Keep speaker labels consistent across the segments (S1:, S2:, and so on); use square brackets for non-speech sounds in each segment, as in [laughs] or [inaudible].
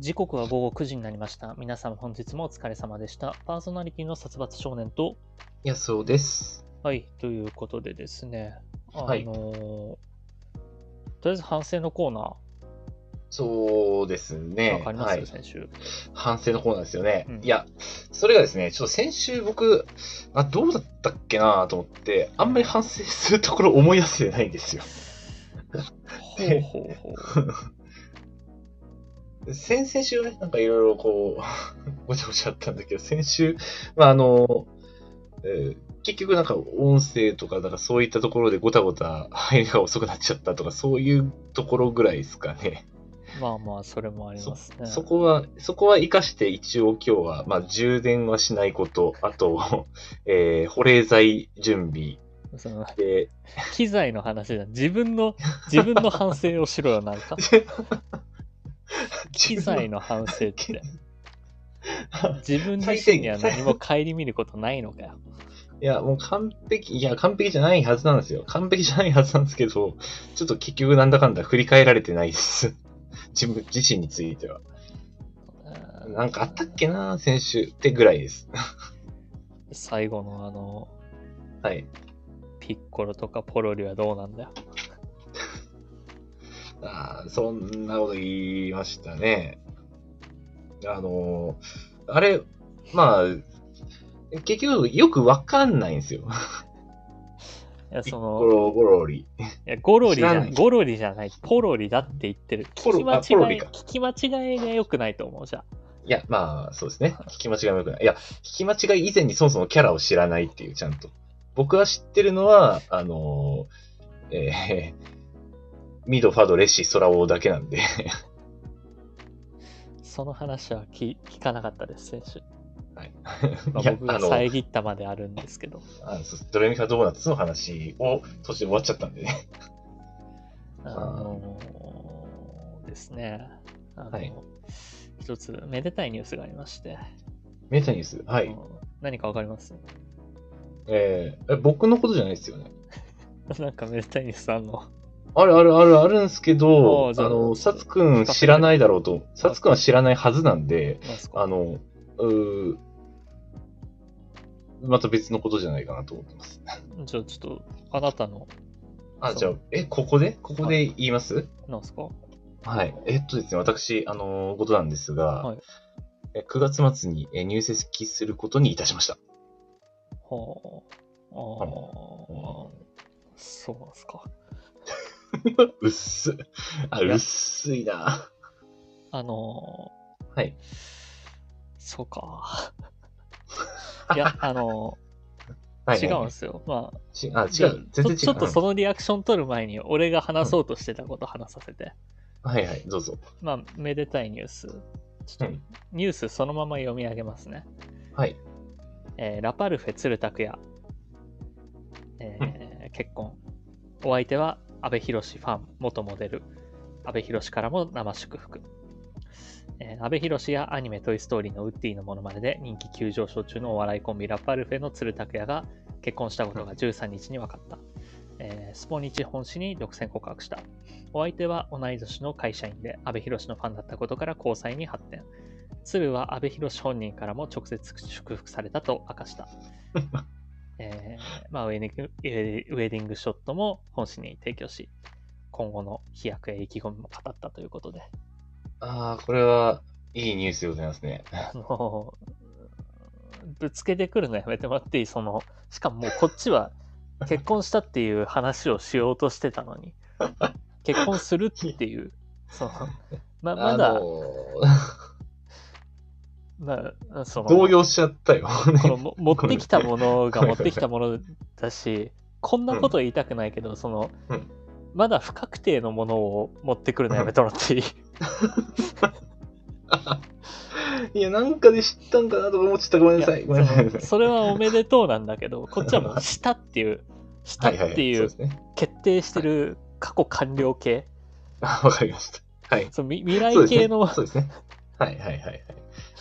S1: 時刻は午後9時になりました。皆さん本日もお疲れ様でした。パーソナリティの殺伐少年と、
S2: やそうです。
S1: はい、ということでですね、あのー
S2: はい
S1: とりあえず反省のコーナ
S2: そうです
S1: ー、
S2: ね
S1: わ。かります、
S2: はい。
S1: 先週。
S2: 反省の方なんですよね、
S1: うん
S2: いや、それがですね、ちょっと先週僕、あ、どうだったっけなと思って、あんまり反省するところ思い出せてないんですよ。
S1: ほう
S2: で
S1: ほうほう。
S2: 先々週はね、なんかいろいろこう、 [laughs] ごちゃごちゃあったんだけど、先週、まああの、えー結局なんか音声とか、なんかそういったところでごたごた入りが遅くなっちゃったとか、そういうところぐらいですかね。 [laughs]
S1: まあまあ、それもありますね。
S2: そこは、そこは活かして一応今日は、まあ、充電はしないこと、あと、 [laughs] えー保冷剤準備
S1: その
S2: で、
S1: 機材の話だ。自分の、自分の反省をしろよ、なん
S2: [laughs]
S1: か。機材の反省っ
S2: [laughs]
S1: て。自分自身には何も顧みることないのかよ。
S2: いや、もう完璧、いや、完璧じゃないはずなんですよ。完璧じゃないはずなんですけど、ちょっと結局なんだかんだ振り返られてないです。 [laughs] 自分、自身については。なんかあったっけな、先週ってぐらいです。
S1: 最後のあの、
S2: はい。
S1: ピッコロとかポロリはどうなんだよ。
S2: あーそんなこと言いましたね。あのーあれ、まあ、結局よくわかんないんですよ。
S1: いや、そ
S2: ゴ
S1: の、
S2: ロゴロリ。
S1: いやゴロリじ
S2: 知
S1: ゃ
S2: らない
S1: ゴロリじゃない、ポロリだって言ってる。聞
S2: ポロ
S1: き間
S2: あポロ
S1: 違
S2: リ
S1: い、
S2: か
S1: 聞き間違いが良くないと思うじゃん。
S2: いや、まあ、そうですね。聞き間違いもよくない。いや、聞き間違い以前にそもそもキャラを知らないっていう、ちゃんと。僕は知ってるのは、あのーえー、ミド、ファド、レシ、ソラオだけなんで。
S1: その話は聞聞かなかったです、選手。
S2: はい
S1: まあ、
S2: いや
S1: 僕が
S2: あの
S1: 遮ったまであるんですけど。
S2: あのそうドレミファドーナツの話を途中で終わっちゃったんでね。
S1: あのーですね。あの
S2: はい
S1: 一つ、めでたいニュースがありまして。
S2: メタニュース。は
S1: あ
S2: い。
S1: の何かわかります [laughs]
S2: えーえ僕のことじゃないですよね。
S1: なんかめでたいニュースあんの
S2: あるあるあるあるんですけ
S1: あー
S2: ど、
S1: じ
S2: あ
S1: ゃあ
S2: の、サツくん知らないだろうと、サツくんは知らないはずなんで、
S1: なんすか
S2: あの、うーまた別のことじゃないかなと思ってます。
S1: じゃあちょっと、あなたの、
S2: あ、じ
S1: そ
S2: ゃ
S1: う
S2: あ、え、ここでここで言います
S1: なんすか
S2: はい。えっとですね、私、あの、ことなんです
S1: は
S2: が
S1: い、
S2: え9月末にえ入籍することにいたしました。
S1: はあ。ああ。そうなんすか。
S2: [laughs] うっす。あ、
S1: いうや
S2: っすいな。
S1: あのー
S2: はい。
S1: そう
S2: [laughs]
S1: か。いや、あのー
S2: はい
S1: 違うん
S2: は
S1: で
S2: い
S1: すよ。まあ、
S2: ちあ、
S1: じ
S2: 違
S1: ゃあ
S2: う。全然違う。
S1: ちょちょっとそ
S2: うん
S1: のリアクション取る前に、俺が話そうとしてたこと話させて。
S2: はいはい、どうぞ。
S1: まあ、めでたいニュース。ちょっ
S2: う
S1: と
S2: ん
S1: ニュースそのまま読み上げますね。
S2: はい。
S1: えーラパルフェ鶴拓也、えー結婚。お相手は阿部寛ファン、元モデル。阿部寛からも生祝福。えー、阿部寛やアニメ「トイ・ストーリー」のウッディのモノマネで人気急上昇中のお笑いコンビラパルフェの鶴拓也が結婚したことが13日に分かった、えースポニチ本誌に独占告白したお相手は同い年の会社員で阿部寛のファンだったことから交際に発展鶴は阿部寛本人からも直接祝福されたと明か
S2: [laughs]
S1: した、えーまあ、ウェディングウェウェディングショットも本誌に提供し今後の飛躍へ意気込みも語ったということで
S2: ああ、これは、いいニュースでございますね。
S1: あのぶつけてくるのやめてもらっていいそのしかももうこっちは結婚したっていう話をしようとしてたのに結婚するっていうそのまま
S2: あ
S1: だ
S2: の
S1: まあその
S2: 動揺しちゃったよ。
S1: このも持ってきたものが
S2: ごめん
S1: 持ってきたものだしこんなこと言いたくないけど、その、
S2: うん
S1: まだ不確定のものを持ってくるのやめてもらっていい、
S2: いや、なんかで知ったんかなとか思っちゃった。ごめんなさい。
S1: い
S2: ごめん
S1: やそ
S2: なさい。
S1: のそれはおめでとうなんだけどこっちはもうしたっていうした
S2: はいは
S1: ってい
S2: そう
S1: う
S2: ですね。
S1: 決定してる過去完了形、
S2: あわかりました。はい。
S1: そのみ未
S2: そ
S1: 来
S2: うですね
S1: 系の、
S2: そうですね。はいはいはいはい。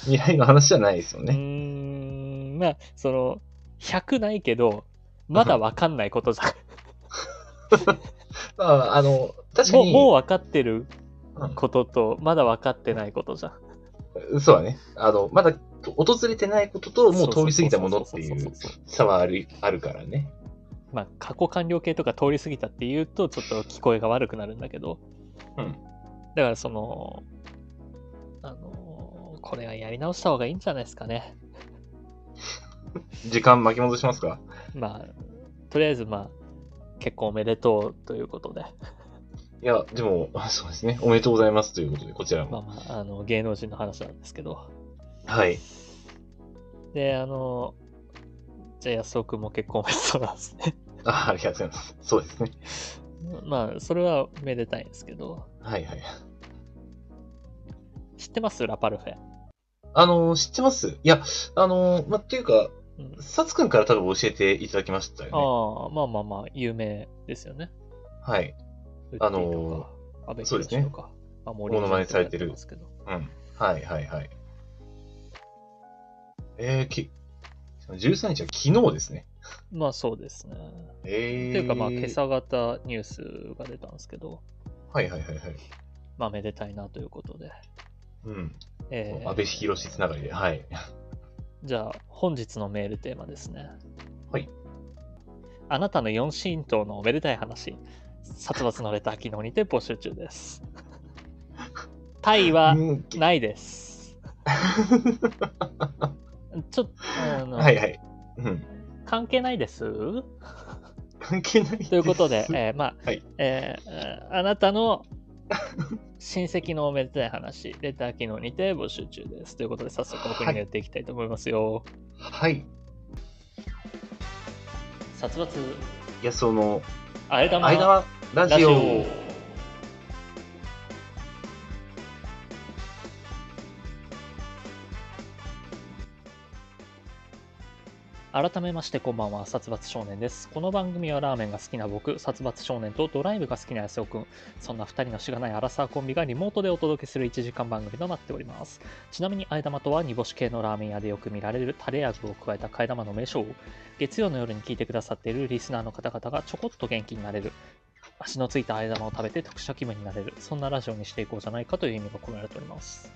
S2: 未来の話じゃないですよ
S1: うー
S2: ね。
S1: ん、まあ、その、100ないけど、まだ分かんないことじゃん。
S2: まあ、あの、確か
S1: もう
S2: に、
S1: もう分かってることと、まだ分かってないことじゃん。
S2: そうだね。あの、まだ訪れてないことと、もう通り過ぎたものってい
S1: そうそそそそ
S2: 差はあるあるからね。
S1: まあ、過去完了形とか通り過ぎたっていうと、ちょっと聞こえが悪くなるんだけど、
S2: うん。
S1: だからその、あの、これはやり直した方がいいんじゃないですかね。
S2: 時間巻き戻しますか
S1: まあ、とりあえず、まあ、結婚おめでとうということで、
S2: いや、でも、あそうですね。おめでとうございますということで、こちら
S1: まあ
S2: も。
S1: まあ、あの、芸能人の話なんですけど。
S2: はい。
S1: で、あの、じゃあ安尾くんも結婚おめでとうなんですね。 [laughs]
S2: あありがとうございます。そうですね。
S1: まあ、それはめでたいんですけど、
S2: はいはい。
S1: 知ってますラパルフェ。
S2: あの、知ってますいや、あの、ま、っていうか、
S1: うん
S2: サツくんから多分教えていただきましたよ
S1: ああ、まあまあまあ、有名ですよね。
S2: ね。はい。
S1: ウッディ
S2: あの
S1: とか、安倍
S2: そう
S1: 博士
S2: ですね
S1: とか、まあ、森
S2: モノマネされてる
S1: ちゃんとかやっますけど。
S2: うん。はいはいはい。えー、き、13日は昨日ですね。
S1: まあそうですね。
S2: えー。
S1: というか、まあ、今。朝方ニュースが出たんですけど、
S2: はいはいはいはい。
S1: まあ、めでたいなということで。
S2: うん。
S1: えー
S2: 安倍博士つながりで。はい。
S1: じゃあ、本日のメールテーマですね。
S2: はい。
S1: あなたの四神道のおめでたい話、殺伐のレター機能にて募集中です。 [laughs] タイは
S2: うん
S1: ないです。ちょっと、あの、
S2: はいはい。うん。
S1: 関係ないです。
S2: 関係ない [laughs] です
S1: ということで、えーまあ、
S2: はい
S1: えーあなたの親戚のおめでたい話、レター機能にて募集中です。ということで、早速送りにやっていきたいと思いますよ。
S2: はい。
S1: 殺伐、
S2: いや、その、
S1: あえだま、
S2: 間はラジオ。
S1: 改めましてこんばんは殺伐少年ですこの番組はラーメンが好きな僕殺伐少年とドライブが好きな安尾くんそんな2人のしがないアラサーコンビがリモートでお届けする1時間番組となっておりますちなみにあえ玉とは煮干し系のラーメン屋でよく見られるタレ味を加えた替え玉の名称月曜の夜に聞いてくださっているリスナーの方々がちょこっと元気になれる足のついたあえ玉を食べて特殊な気分になれるそんなラジオにしていこうじゃないかという意味が込められております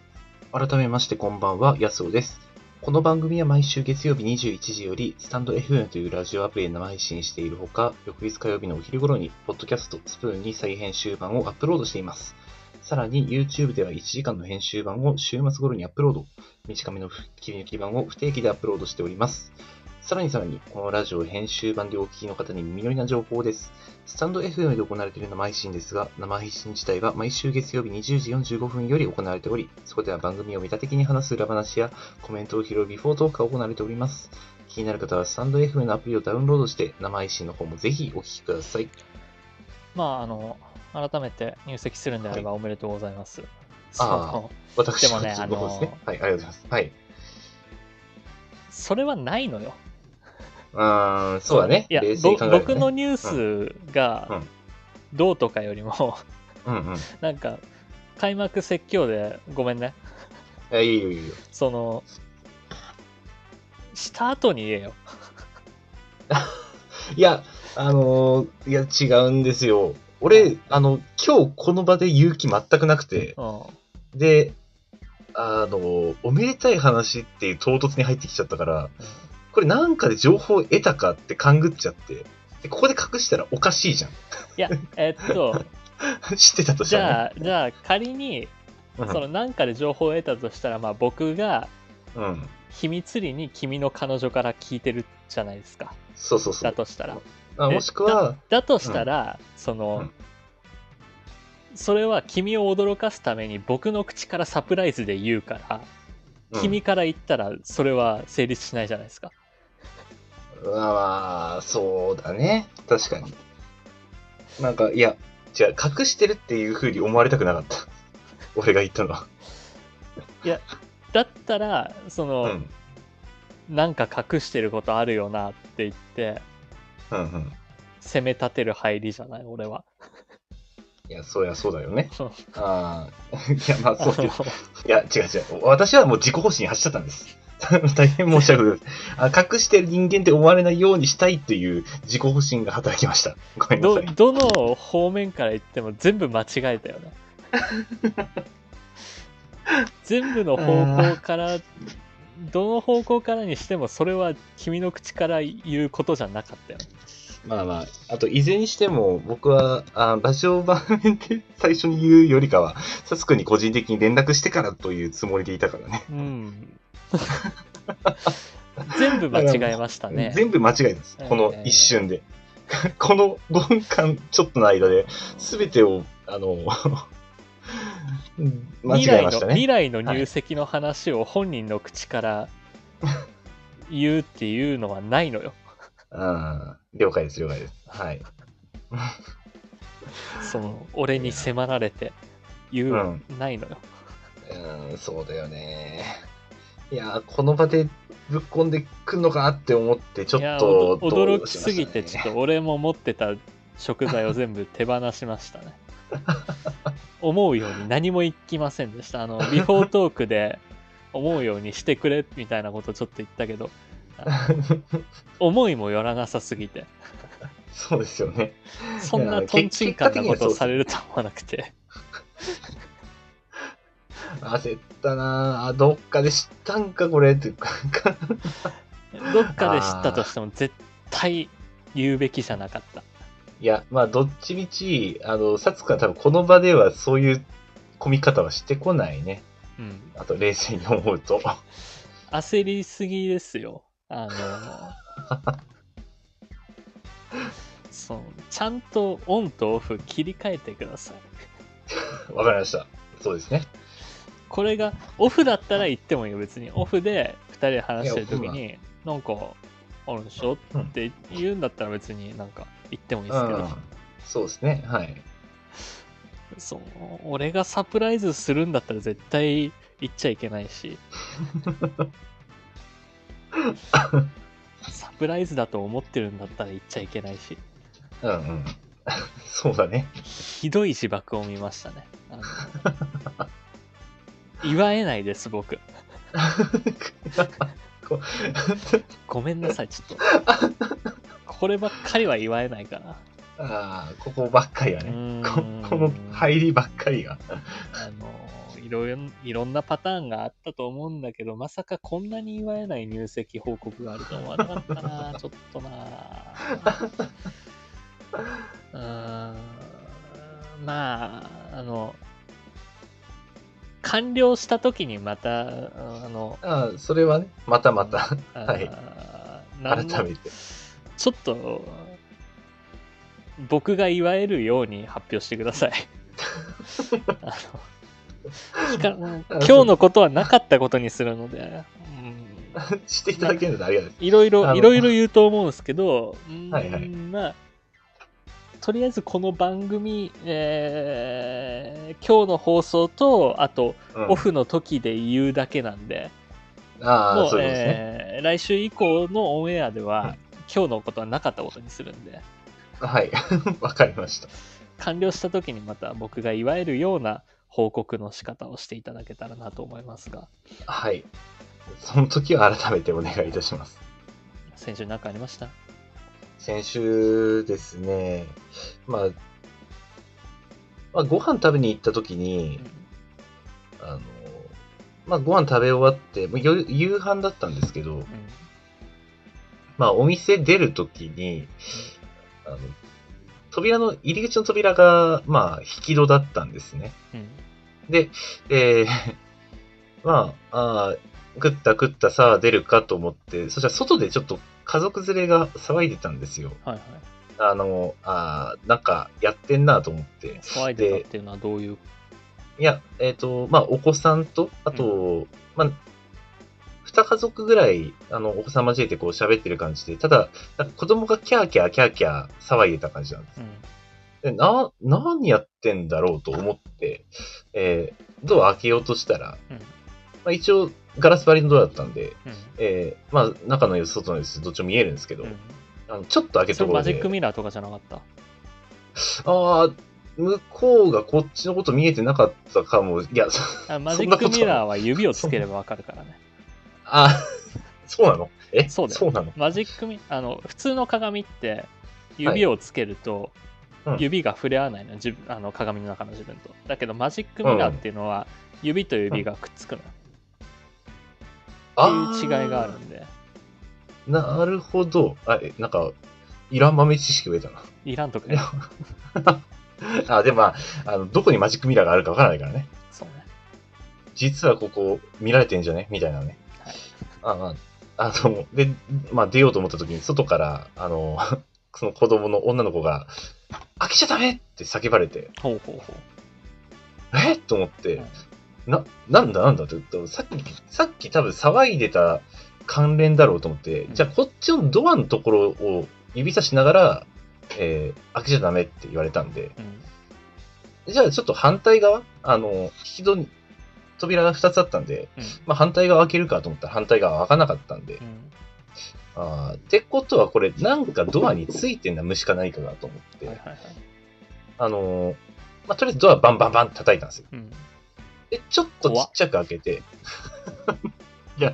S2: 改めましてこんばんは、やすおです。この番組は毎週月曜日21時より、スタンド FM というラジオアプリで生配信しているほか、翌日火曜日のお昼頃に、ポッドキャストスプーンに再編集版をアップロードしています。さらに YouTube では1時間の編集版を週末頃にアップロード、短めの切り抜き版を不定期でアップロードしております。さらにさらに、このラジオ編集版でお聞きの方に耳寄りな情報です。スタンド FM で行われている生配信ですが、生配信自体は毎週月曜日20時45分より行われており、そこでは番組をメタ的に話す裏話やコメントを拾うビフォートークが行われております。気になる方はスタンド FM のアプリをダウンロードして、生配信の方もぜひお聞きください。
S1: まああの改めて入籍するんであればおめでとうございます、そ
S2: あー
S1: の
S2: 私
S1: でもね
S2: のことですね。はい、ありがとうございます。はい。
S1: それはないのよ
S2: うーん、そうだね。
S1: いや、
S2: 冷静
S1: ぼ
S2: に考えると
S1: 僕
S2: ね
S1: のニュース
S2: うんう
S1: が
S2: ん
S1: どうとかよりも、 [laughs]
S2: うんうん。い
S1: なんか開幕説教でごめんね
S2: や、いいよいいよ。
S1: そのした後に言えよ
S2: いや、あのーいや、違うんですよ。俺、あの、今日この場で勇気全くなくて、
S1: う
S2: で、あの、おめでたい話っていう唐突に入ってきちゃったから、
S1: ん、
S2: これなんかで情報を得たかって勘ぐっちゃって、でここで隠したらおかしいじゃ
S1: いやえっと
S2: ん。 [laughs] 知ってたとし
S1: じ
S2: たら、ね。
S1: ゃあじゃあ仮に
S2: うん
S1: その何かで情報を得たとしたら、まあ、僕が
S2: うん。
S1: 秘密裏に君の彼女から聞いてるじゃないですか
S2: そうそうそ
S1: だ
S2: う。
S1: としたら
S2: あもしくは、
S1: だとしたら、その、
S2: うん
S1: それは君を驚かすために僕の口からサプライズで言うから、
S2: うん
S1: 君から言ったらそれは成立しないじゃないですか
S2: まあまあ、そうだね。確かに。なんか、いや、じゃあ隠してるっていう風に思われたくなかった。 [laughs] 俺が言ったのは。
S1: だったらその、
S2: うん。
S1: なんか隠してることあるよなって言って
S2: うんうん。
S1: 攻め立てる入りじゃない俺は
S2: いや、そりゃそうだよね。
S1: そう
S2: ああ、 [laughs] いや、まあそうけど
S1: あの
S2: いや、違う違う。私はもう自己保身に走っちゃったんです。 [laughs] 大変申し訳ございませんあ。隠してる人間って思われないようにしたいっていう自己保身が働きました。ごめんな
S1: ど
S2: さい。 [laughs]
S1: どの方面から言っても全部間違えたよね全部の方向からどの方向からにしてもそれは君の口から言うことじゃなかったよ
S2: まあまあ、あと、いずれにしても、僕は、あ場所を場面で最初に言うよりかは、サス君に個人的に連絡してからというつもりでいたからね。
S1: うん
S2: [laughs]
S1: 全部間違えましたね
S2: 全部間違いです。この一瞬で。 [laughs] この5分間ちょっとの間で、すべてを、あの、 [laughs] 間
S1: 未
S2: 違え
S1: 来
S2: ました
S1: の
S2: ね。
S1: 未来の入籍の話を本人の口から言うっていうのはないのよ
S2: うん了解です、了解です。はい。
S1: その俺に迫られて言う、
S2: うん
S1: ないのよ
S2: うん、そうだよね。いやー、この場でぶっこんでくんのかって思って、ちょ
S1: いや
S2: っ
S1: お
S2: と、
S1: ど
S2: ど
S1: 驚
S2: う
S1: き
S2: しました
S1: す
S2: ね
S1: ぎてちょっと俺も持ってた食材を全部手放しましたね [laughs] 思うように何も言きませんでしたあのビフォートークで思うようにしてくれみたいなことちょっと言ったけどあの思いもよらなさすぎて
S2: [laughs] そうですよね。
S1: そんなトンチンカンなことをされると思わなく
S2: [laughs]
S1: て
S2: 焦ったなぁあどっかで知ったんか、これっていうか。 [laughs]
S1: どっかで知ったとしても絶対言うべきじゃなかった
S2: いや、まあ、どっちみち、あの、サツくんは多分この場ではそういう込み方はしてこないね。
S1: うん
S2: あと、冷静に思うと。 [laughs]
S1: 焦りすぎですよあの
S2: [laughs]
S1: そうちゃんとオンとオフ切り替えてください
S2: わかりました。そうですね。
S1: これがオフだったら言ってもいいよ別にオフで2人で話してる時
S2: い
S1: になんかあるでしょっ
S2: うん
S1: て言うんだったら別になんか言ってもいいですけど、
S2: うんそうですね。はい。
S1: そう俺がサプライズするんだったら絶対言っちゃいけない
S2: [laughs]
S1: しサプライズだと思ってるんだったら言っちゃいけないし
S2: うんうん。 [laughs] そうだね。
S1: ひどい自爆を見ましたねあの祝えないです僕
S2: こ
S1: ごめんなさいちょっとこればっかりは祝えない
S2: [laughs]
S1: から
S2: ああ、ここばっかりは
S1: う
S2: ね。
S1: ーん
S2: ここの入りばっかりが。
S1: あのいろいろいろんなパターンがあったと思うんだけどまさかこんなに祝えない入籍報告があるとは思わなかったなちょっとなうーんまああの完了した時にまたあの
S2: ああ、それはね、またまた、 [laughs]
S1: あ
S2: はい
S1: なん
S2: 改
S1: の
S2: めて。
S1: ちょっと僕が祝えるように発表してくだ
S2: [laughs]
S1: さい。あのひか今日のことはなかったことにするので、うん
S2: していただけるのでありがたいです。
S1: いろい
S2: あ
S1: ろ
S2: の
S1: いろいろ言うと思うんですけど、うん
S2: はいはい
S1: まあとりあえずこの番組、えー今日の放送とあと
S2: うん
S1: オフの時で言うだけなんで、
S2: あ
S1: も
S2: あ、
S1: う
S2: そういうことですね。
S1: えー来週以降のオンエアで
S2: うん
S1: は、今日のことはなかったことにするんで
S2: はい。 [laughs] わかりました。
S1: 完了した時にまた僕がいわゆるような報告の仕方をしていただけたらなと思いますが
S2: はい。その時は改めてお願いいたします。
S1: 先週何かありました
S2: 先週ですね、まあ、まあ、ご飯食べに行った時に、あの、まあ、ご飯食べ終わって、もう夜夕飯だったんですけど、まあ、お店出る時に、あの、扉の、入り口の扉が、まあ、引き戸だったんですね。
S1: うんうん
S2: で、えーまあ、あー食った食ったさあ出るかと思って、そしたら外でちょっと家族連れが騒いでたんですよ。
S1: はいはい
S2: あの、あーなんかやってんなと思って。
S1: 騒いでたっていうのはどういう
S2: いや、えっ、と、まあ、お子さんと、あと、まあ、二家族ぐらい、あの、お子さん交えてこう喋ってる感じで、ただ、なんか子供がキャーキャーキャーキャー騒いでた感じなんです
S1: うん
S2: で、な、何やってんだろうと思って、えードア開けようとしたら、
S1: うん
S2: まあ、一応、ガラス張りのドアだったんで、
S1: うん
S2: えーまあ、中の様子、外の様子、どっちも見えるんですけど、
S1: うん
S2: あのちょっと開けた
S1: そ
S2: と
S1: れ
S2: ころ
S1: マジ
S2: で
S1: ッ、クミラーとかじゃなかった
S2: ああ、向こうがこっちのこと見えてなかったかも、いや、そ [laughs]
S1: あマジ
S2: そん
S1: ッ
S2: なこ
S1: ク
S2: と
S1: ミラーは指をつければわかるからね
S2: あーそうなのえ
S1: そうだよ
S2: なの
S1: マジックミあの普通の鏡って指をつけると、
S2: うん
S1: 指が触れ合わないの自分あの鏡の中の自分とだけどマジックミラーっていうのは指と指がくっつくのっていう違いがあるんで
S2: ーなるほど。あ、え、なんか、いらん豆知識を得たな。 [laughs]
S1: いらんとか
S2: いやあ、でもまあ、あの、どこにマジックミラーがあるかわからないからね。
S1: そうね
S2: 実はここ見られてんじゃねみたいなね。
S1: はい
S2: あまあ、あの、で、まあ出ようと思った時に、外から、あの、 [laughs] その子供の女の子が、開けちゃダメって叫ばれて、
S1: ほうほうほ
S2: えっと思っ
S1: う
S2: て
S1: ん、
S2: な、なんだなんだって言ったらさっき、さっき多分騒いでた関連だろうと思って
S1: う、ん
S2: じゃあこっちのドアのところを指さしながら、えー開けちゃダメって言われたんで、
S1: う、うん、
S2: じゃあちょっと反対側、あの、引き戸に、扉が2つあったんで、
S1: うん
S2: まあ反対側開けるかと思ったら反対側開かなかったんで
S1: う、ん
S2: ああ、ってことはこれなんかドアについてんだ虫か何かがと思っ
S1: はい
S2: て、
S1: はいはい
S2: あのーまあとりあえずドアバンバンバンって叩いたんですよ。
S1: うん
S2: で、ちょっとちっちゃく開けて、 [laughs] いや、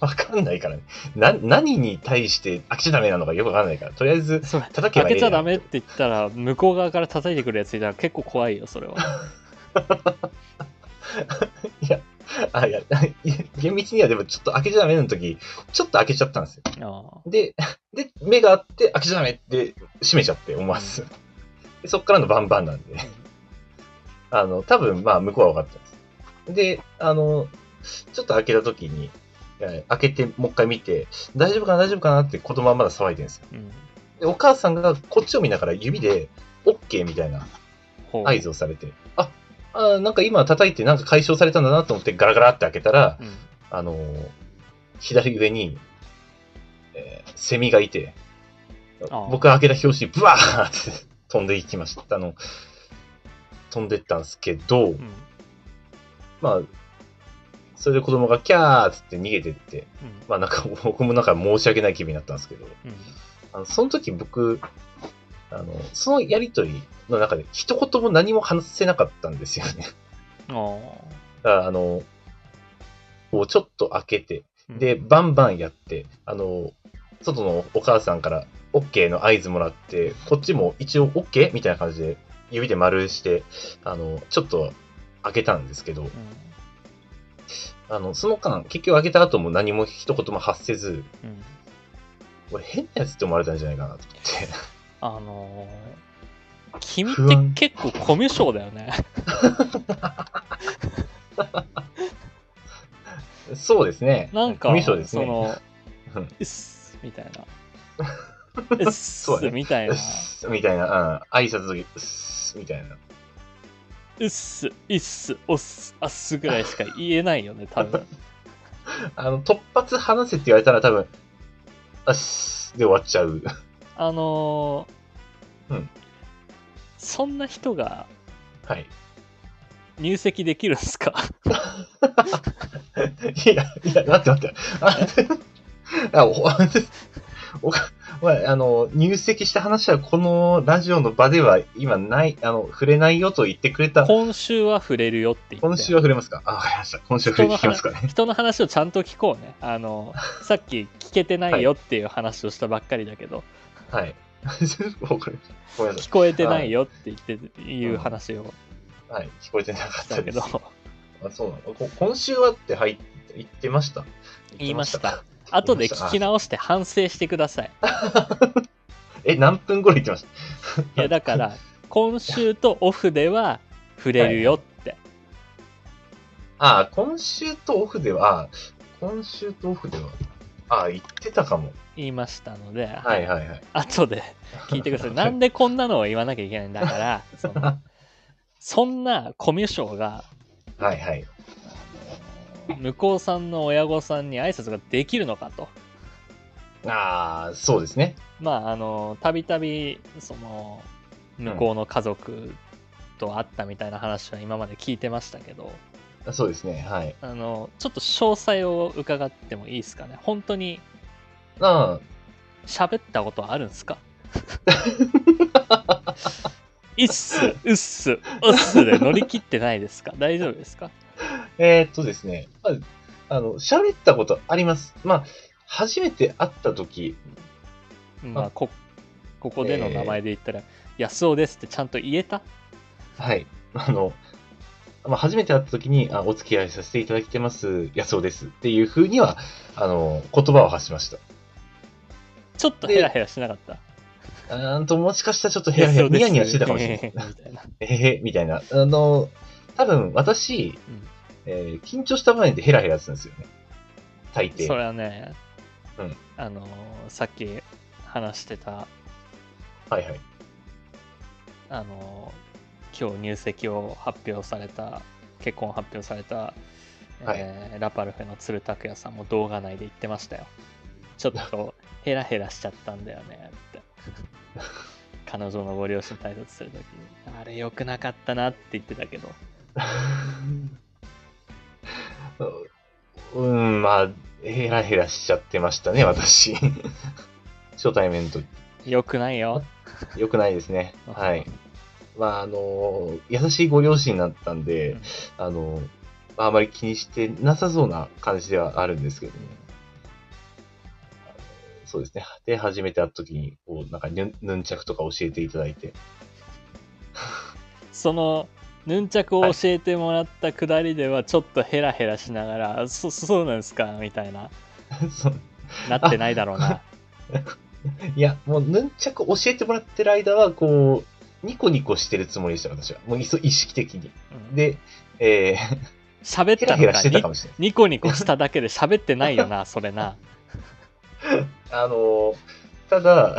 S2: わかんないからね。な、何に対して開けちゃダメなのかよくわかんないから、とりあえず
S1: そう
S2: 叩けば
S1: 開
S2: いい
S1: けちゃダメって言ったら向こう側から叩いてくるやついたら結構怖いよそれ
S2: [laughs]
S1: は
S2: あ、いや、いや厳密にはでもちょっと開けちゃダメの時、ちょっと開けちゃったんですよ。
S1: あ
S2: で、で、目があって、開けちゃダメって閉めちゃって思わず。でそっからのバンバンなんで、あの、多分まあ、向こうは分かったんです。で、あの、ちょっと開けた時に、えー開けて、もう一回見て、大丈夫かな、大丈夫かなって子供はまだ騒いでるんですよ。
S1: あうん
S2: で、お母さんがこっちを見ながら指で、OK みたいな
S1: ほう
S2: 合図をされて、あ、あーなんか今叩いてなんか解消されたんだなと思ってガラガラって開けたら、
S1: うん
S2: あのー左上に、えーセミがいて
S1: ああ、
S2: 僕が開けた拍子にブワーって飛んでいきました。あの、飛んでったんですけ
S1: う
S2: ど、
S1: ん
S2: まあ、それで子供がキャーっつって逃げてって、
S1: うん
S2: まあなんか僕もなんか申し訳ない気分になったんですけど、
S1: うん
S2: あのその時僕、あの、そのやりとりの中で一言も何も話せなかったんですよね。 [laughs]
S1: あ
S2: だからあの、こうちょっと開けて、
S1: あ
S2: で、バンバンやって、あの、外のお母さんから OK の合図もらって、こっちも一応 OK? みたいな感じで、指で丸して、あの、ちょっと開けたんですけど、
S1: う
S2: あの、その間、結局開けた後も何も一言も発せず、
S1: んうん
S2: 俺変なやつって思われたんじゃないかなと思って。
S1: あのー君っ
S2: 不安
S1: て結構コミュ障だよね。
S2: [laughs] そうですね。
S1: なんか、
S2: コミュ障です
S1: そ
S2: ね。
S1: の、
S2: うん
S1: うっす、みたいな。
S2: [laughs]
S1: うっす
S2: そうだ、ね
S1: みたいうな
S2: っ。すみたいな、うん、挨拶の時、うっすみたいな。
S1: うっす、いっす、おっす、あっすぐらいしか言えないよね、多分。
S2: あの、突発話せって言われたら多分、あっすで終わっちゃう。 [laughs]
S1: あのー
S2: うん
S1: そんな人が
S2: はい。
S1: 入籍できるんすか
S2: [laughs] いや、いや、待って待って。ああ、お、 [laughs] おか、まあ、あの、入籍した話はこのラジオの場では今ない、あの、触れないよと言ってくれた。
S1: 今週は触れるよって言って。
S2: 今週は触れますかあ、わかりました。今週は触れてきますかね。
S1: 人の話をちゃんと聞こうね。あの、さっき聞けてないよっていう話をしたばっかりだけど、
S2: はい。 [laughs] わかりました。ごめんなさ
S1: 聞こえてないよって言って、いう話を
S2: い。はい。聞こえてなかっ
S1: したた
S2: で
S1: け
S2: す
S1: ど。、
S2: あ、そうなのこ今週はって入って、言ってました
S1: 言いました。後で聞き直して反省してくだ
S2: [laughs]
S1: さい。
S2: え、何分頃言ってまし
S1: い
S2: た
S1: や、だから、今週とオフでは触れるよって。
S2: ああ、今週とオフでは、あ今週とオフでは、ああ、言ってたかも。
S1: 言いましたので、
S2: はいはいはい。
S1: 後で聞いてくだ
S2: [laughs]
S1: さい。なんでこんなのを言わなきゃいけないんだから、そのそんなコミュ障が
S2: はいはい。
S1: 向こうさんの親御さんに挨拶ができるのかと。
S2: ああ、そうですね。
S1: まああのたびたびその向こうの家族と会ったみたいな話は今まで聞いてましたけど、
S2: あそうですね。はい。
S1: あのちょっと詳細を伺ってもいいですかね本当に
S2: あ
S1: 喋ったことはあるんですかいっすうっすうっすで乗り切ってないです
S2: [laughs]
S1: か大丈夫ですか
S2: あ、 [laughs] えーっとですね。まあ、あの、喋ったことあります。まあ、初めて会った時、
S1: まあこここでの名前で言ったら、安尾ですってちゃんと言えた
S2: はい。あの、まあ、初めて会った時に、あ、お付き合いさせていただいてます、安尾ですっていうふうには、あの、言葉を発しました。
S1: ちょっとヘラヘラしなかった。
S2: うーんと、もしかしたらちょっとヘラヘラ、ニヤニヤしてたかもしれない。
S1: ない。みたいな
S2: えへへ、みたいな。あの、多分私、
S1: うん
S2: えー緊張した場面でヘラヘラするんですよね。大
S1: [laughs]
S2: 抵。
S1: それはね、
S2: うん
S1: あのーさっき話してた、
S2: はいはい。 [laughs]
S1: あのー今日入籍を発表された結婚を発表された、えーラパルフェの鶴拓也さんも動画内で言ってましたよちょっとヘラヘラしちゃったんだよねって [laughs] 彼女のご両親対立するときにあれ良くなかったなって言ってたけど
S2: うん、まあ、ヘラヘラしちゃってましたね、私。 [laughs] 初対面の時。
S1: 良くないよ
S2: 良くないですね。はい。まあ、あの、優しいご両親だったんで、
S1: うん
S2: あの、まあ、あまり気にしてなさそうな感じではあるんですけど、そうですね。で、初めて会った時に、こう、なんかヌン、ヌンチャクとか教えていただいて、 [laughs]
S1: そのヌンチャクを教えてもらったくだりではちょっとヘラヘラしながら、そ [laughs] そうなんですかみたいな
S2: そ
S1: なってないだろう
S2: [laughs]
S1: な
S2: いや、もう、ヌンチャク教えてもらってる間は、こう、ニコニコしてるつもりでした、私は。もう、いそ意識的に。
S1: うん
S2: で、え
S1: [laughs] 喋っ
S2: ー、ヘ
S1: た
S2: ラ
S1: の
S2: ヘ
S1: か
S2: ラしてたか
S1: に
S2: もしれない。
S1: ニコニコしただけで喋ってないよ
S2: [laughs]
S1: なそれな、
S2: あのーただ、
S1: は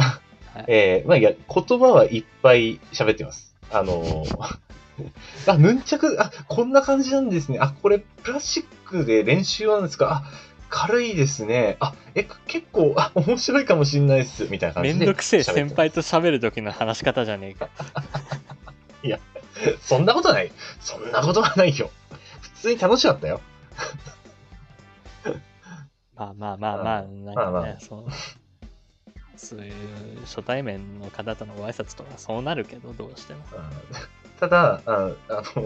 S1: い
S2: えーまあ、いや、言葉はいっぱい喋ってます。あの
S1: [laughs]
S2: ーあ、ヌンチャク、あ、こんな感じなんですね。あ、これ、プラスチックで練習なんですかあ、軽いですね。あ、え、結構、あ、面白いかもしれないです。みたいな感
S1: め
S2: じで。
S1: んどくせえ先輩。と喋る時の話し方じゃねえか
S2: そんなことない。そんなことはないよ。普通に楽しかったよ。
S1: まあまあまあまあ、なんかね、
S2: まあまあ
S1: そうそういう初対面の方とのご挨拶とかそうなるけどどうしても
S2: うんただ、ああの、そ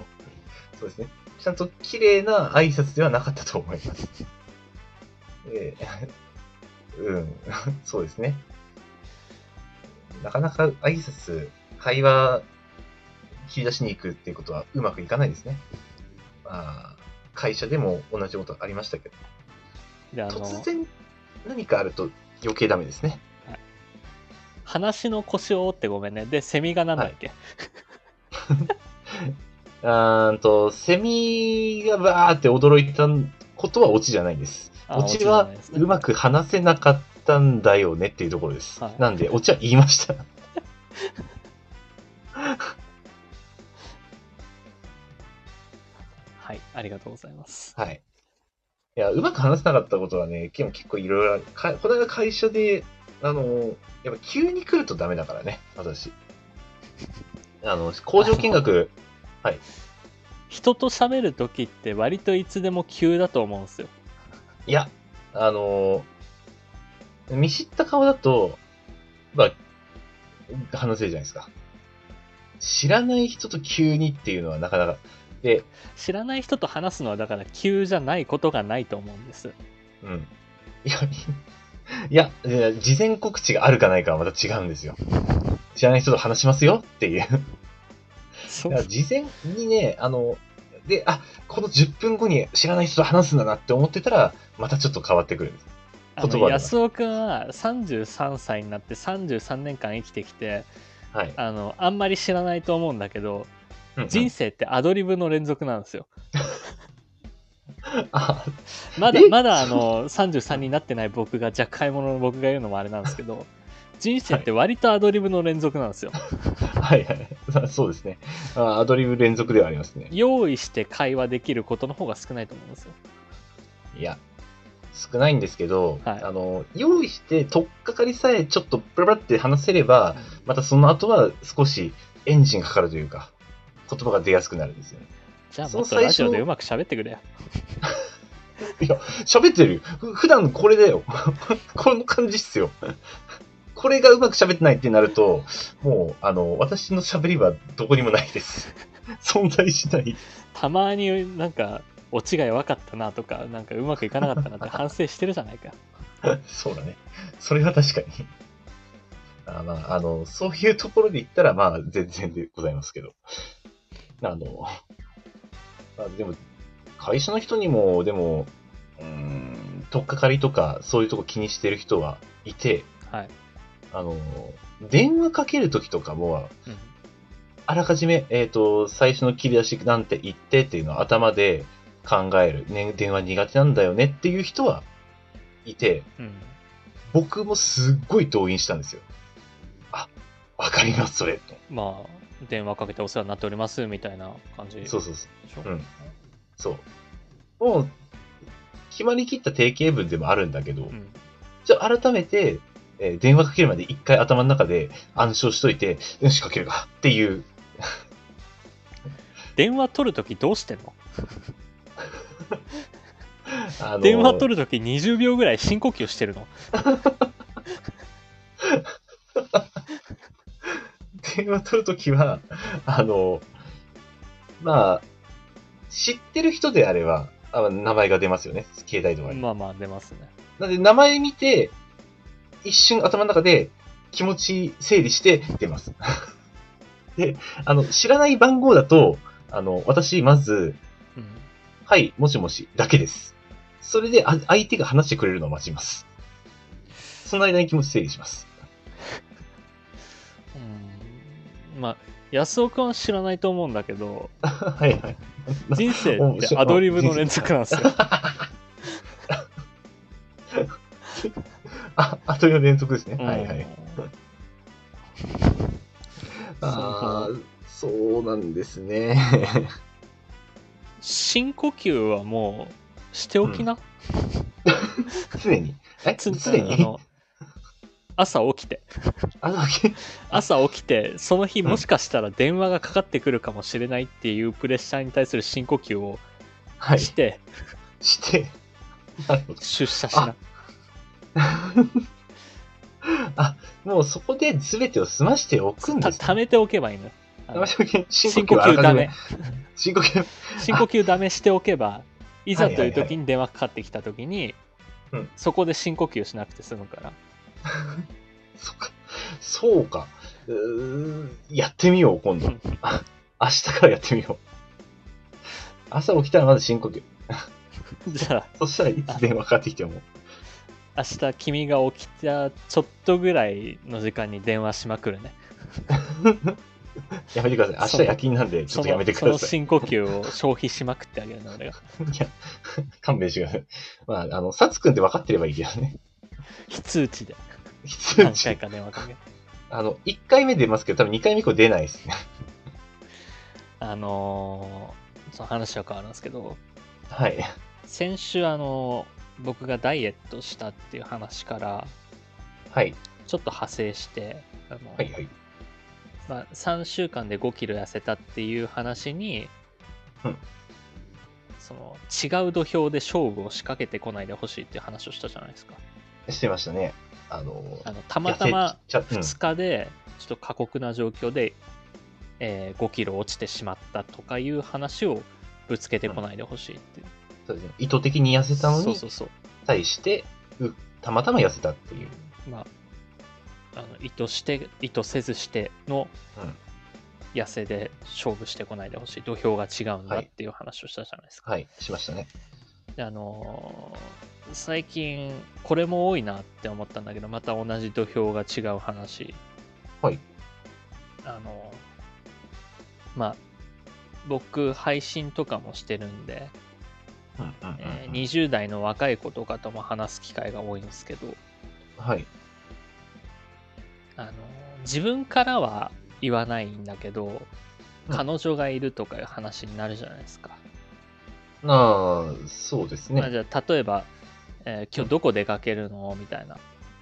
S2: うですね。ちゃんと綺麗な挨拶ではなかったと思います。ええうん、そうですね。なかなか挨拶、会話、切り出しに行くっていうことはうまくいかないですね。まあ、会社でも同じことありましたけど、
S1: であの
S2: 突然何かあると余計ダメですね。
S1: 話の腰を折ってごめんねでセミがなんだっけ、
S2: うーんと、セミがバーって驚いたことはオチじゃないんです。
S1: あ
S2: オチは
S1: オチじゃないですね
S2: うまく話せなかったんだよねっていうところです。
S1: はい
S2: なんで、オチは言いました。 [laughs]
S1: はい、ありがとうございます。
S2: はい。いや、うまく話せなかったことはね、今日結構いろいろある、かこの間会社で、あの、やっぱ急に来るとダメだからね、私。あの、工場見
S1: [laughs]
S2: 学、
S1: 人と喋るときって割といつでも急だと思うんですよ。
S2: いや、あの、見知った顔だと、まあ、話せるじゃないですか。知らない人と急にっていうのはなかなか。で、
S1: 知らない人と話すのはだから急じゃないことがないと思うんです。
S2: うん。いや、いやいや、事前告知があるかないかはまた違うんですよ。知らない人と話しますよっていう。
S1: そ
S2: いや事前にね、あの、で、あ、この10分後に知らない人と話すんだなって思ってたら、またちょっと変わってくるんです。
S1: あ
S2: 言葉
S1: の
S2: が
S1: 安尾君は33歳になって33年間生きてきて
S2: はい。
S1: あのあんまり知らないと思うんだけど
S2: うんうん
S1: 人生ってアドリブの連続なんですよ。
S2: あ
S1: まだ
S2: え
S1: まだあの33になってない僕が若輩者の僕が言うのもあれなんですけど人生って割とアドリブの連続なんですよ。
S2: はいはい。そうですね。あアドリブ連続ではありますね。
S1: 用意して会話できることの方が少ないと思うんですよ。
S2: いや、少ないんですけど、
S1: はい
S2: あの、用意して、取っかかりさえちょっとプラプラって話せれば、またその後は少しエンジンかかるというか、言葉が出やすくなるんですよね。
S1: じゃあ
S2: そ
S1: も
S2: の
S1: っとラジオ
S2: 最初
S1: でうまく喋ってくれよ。
S2: 喋ってるよ。ふ普段これだよ。 [laughs] この感じっすよ。これがうまく喋ってないってなると、もう、あの、私の喋りはどこにもないです。 [laughs] 存在しない。
S1: たまになんか、オチが弱かったなとか、なんかうまくいかなかったなって反省してるじゃないか。
S2: そうだね。それは確かに。あまあ、あの、そういうところで言ったら、まあ、全然でございますけど。あの、まあ、でも、会社の人にも、でも、うーん、とっかかりとか、そういうとこ気にしてる人はいて、
S1: はい。
S2: あの、電話かけるときとかも、
S1: うん
S2: あらかじめ、えっ、と、最初の切り出しなんて言ってっていうのを頭で考える。ね、電話苦手なんだよねっていう人はいて、
S1: うん。
S2: 僕もすっごい動員したんですよ。あ、わかります、それ。と
S1: まあ、電話かけてお世話になっておりますみたいな感じでし
S2: そ
S1: ょ
S2: う。そうそ
S1: う
S2: う。うんそう。もう、決まりきった定型文でもあるんだけど、
S1: ん。
S2: じゃあ改めて、えー電話かけるまで一回頭の中で暗唱しといて、よし、かけるかっていう。
S1: 電話取るときどうしてんの
S2: あのー
S1: 電話取るとき20秒ぐらい深呼吸してるの
S2: 電話取るときは、あの、まあ、知ってる人であれば、あ名前が出ますよね。携帯とかに。
S1: まあまあ出ますね。
S2: なんで、名前見て、一瞬頭の中で気持ち整理して出ます。 [laughs] で、あの、知らない番号だと、あの、私、まず、
S1: うん。
S2: はい、もしもし、だけです。それで、あ相手が話してくれるのを待ちます。その間に気持ち整理します。 [laughs]
S1: うんまあ、安尾くんは知らないと思うんだけど、
S2: はいはい。
S1: 人生ってアドリブの連続なん
S2: [laughs]
S1: ですよ。
S2: あ、あという連続ですね。
S1: うん
S2: はいはい。あーそうなんです
S1: [laughs]
S2: ね。
S1: 深呼吸はもうしておきな、
S2: 常に。え、
S1: つ
S2: 常
S1: あ
S2: に
S1: の朝起きて
S2: あの、け
S1: 朝起きてその日もしかしたら電話がかかってくるかもしれないっていうプレッシャーに対する深呼吸を
S2: はい。
S1: し
S2: して
S1: [laughs]
S2: て。なるほど
S1: 出社しな、
S2: あ、もうそこで全てを済ましておくん
S1: た
S2: です、
S1: 貯めておけばいいのよあの
S2: 深呼吸、
S1: 深
S2: [laughs] 深
S1: 呼
S2: 呼吸あら
S1: 吸
S2: か
S1: ダ
S2: じ
S1: メ
S2: め。深呼吸。 [laughs]
S1: 深呼吸ダメしておけばいざという
S2: はいはい
S1: 時に電話かかってきた時に、
S2: うん
S1: そこで深呼吸しなくて済むから
S2: そっか。そうか。うーんやってみよう、今度。明日からやってみよう。朝起きたらまず深呼吸。
S1: じゃあ
S2: そしたらいつ電話かかってきても。
S1: 明日君が起きたちょっとぐらいの時間に電話しまくるね
S2: やめてください。明日夜勤なんで、ちょっとやめてく
S1: その
S2: だ
S1: その
S2: さい。
S1: 深呼吸を消費しまくってあげるの俺が
S2: いや、勘弁してください。まあ、あの、サツくんって分かってればいいけどね。
S1: 非通知
S2: [laughs]
S1: で
S2: 必要
S1: 何回
S2: 値。
S1: か電話かけ
S2: あの、1回目出ますけど、多分2回目以降出ないですね。
S1: あのー、その話は変わるんですけど
S2: はい。
S1: 先週あのー僕がダイエットしたっていう話から
S2: はい。
S1: ちょっと派生してあの、
S2: はいはい。
S1: まあ、3週間で5キロ痩せたっていう話に、
S2: うん
S1: その違う土俵で勝負を仕掛けてこないでほしいっていう話をしたじゃないですか
S2: してましたね。あの、
S1: あのたまたま
S2: 痩せちゃっ
S1: 2日でちょっと過酷な状況で、えー5キロ落ちてしまったとかいう話をぶつけてこないでほしいっていう、
S2: うんそうですね。意図的に痩せたの
S1: そう
S2: に
S1: そうそう
S2: 対して、うたまたま痩せたっていう。
S1: まああの意図して意図せずしての
S2: うん
S1: 痩せで勝負してこないでほしい土俵が違うんだっていう話をしたじゃないですか、
S2: はい。しましたね。
S1: であのー最近これも多いなって思ったんだけどまた同じ土俵が違う話
S2: はい
S1: あのーまあ僕配信とかもしてるんで、
S2: うんうんうんうん
S1: えー20代の若い子とかとも話す機会が多いんですけど
S2: はい。
S1: あのー自分からは言わないんだけど
S2: うん
S1: 彼女がいるとかいう話になるじゃないですか、
S2: ああ、そうです
S1: まあ、
S2: ね。
S1: じゃあ例えば、えー今日どこ出かけるのみたいな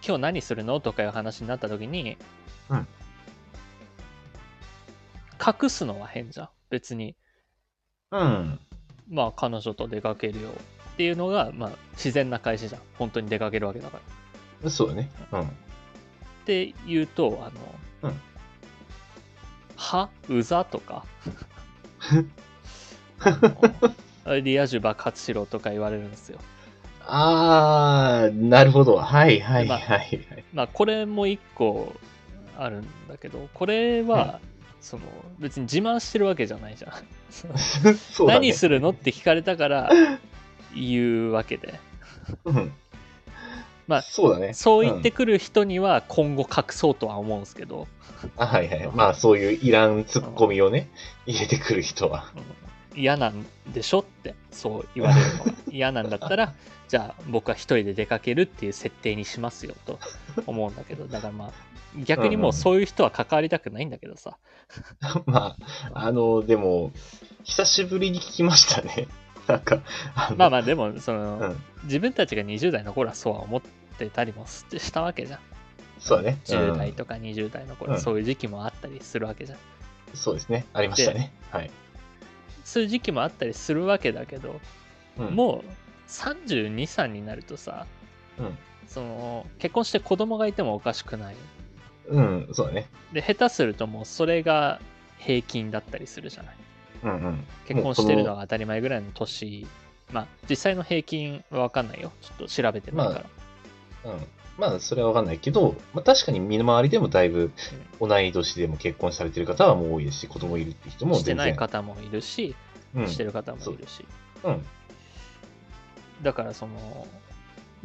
S1: 今日何するのとかいう話になった時に、
S2: うん
S1: 隠すのは変じゃん別に
S2: うん。
S1: まあ彼女と出かけるよっていうのが、まあ、自然な返しじゃん本当に出かけるわけだから
S2: そうだね。うん。
S1: って言うとあの、
S2: うん
S1: はうざと
S2: [laughs]
S1: かあのリア充爆発しろとか言われるんですよ
S2: ああ、なるほど。はいはい
S1: ま
S2: は
S1: あ
S2: いはい。 [laughs]
S1: まあこれも一個あるんだけどこれは、その別に自慢してるわけじゃないじゃんその
S2: そうだね。
S1: 何するのって聞かれたから言うわけで
S2: うん。
S1: まあ
S2: そうだね。
S1: そう言ってくる人には今後隠そうとは思うんですけど、
S2: うんあ、はいはい。まあ、そういういらんツッコミをね、入れてくる人は。 [laughs]
S1: うん嫌なんでしょってそう言われるのが嫌なんだったらじゃあ僕は一人で出かけるっていう設定にしますよと思うんだけどだからまあ逆にもうそういう人は関わりたくないんだけどさ、
S2: まあ、あの、でも、久しぶりに聞きましたね。 [laughs] なんか、あの
S1: まあまあでもその、
S2: うん
S1: 自分たちが20代の頃はそうは思ってたりもしたわけじゃん
S2: そうだね。
S1: 10
S2: う
S1: 代
S2: ん
S1: とか20代の頃、
S2: うん
S1: そういう時期もあったりするわけじゃん
S2: そうですね。ありましたね。はい。
S1: そういう時期もあったりするわけだけど、
S2: うん
S1: もう32歳になるとさ
S2: うん。
S1: その結婚して子供がいてもおかしくない
S2: うん、そうだね。
S1: で下手するともうそれが平均だったりするじゃない
S2: うんうん。
S1: 結婚してるの
S2: もう
S1: が当たり前ぐらいの年まあ実際の平均は分かんないよちょっと調べてないから、
S2: まこのうん。まあ、それはわかんないけど、まあ、確かに身の回りでもだいぶ同い年でも結婚されてる方はもう多いですし、子供いるって人も
S1: して
S2: 全然
S1: ない方もいるし、
S2: うん、
S1: してる方もいるし
S2: うん。
S1: だからその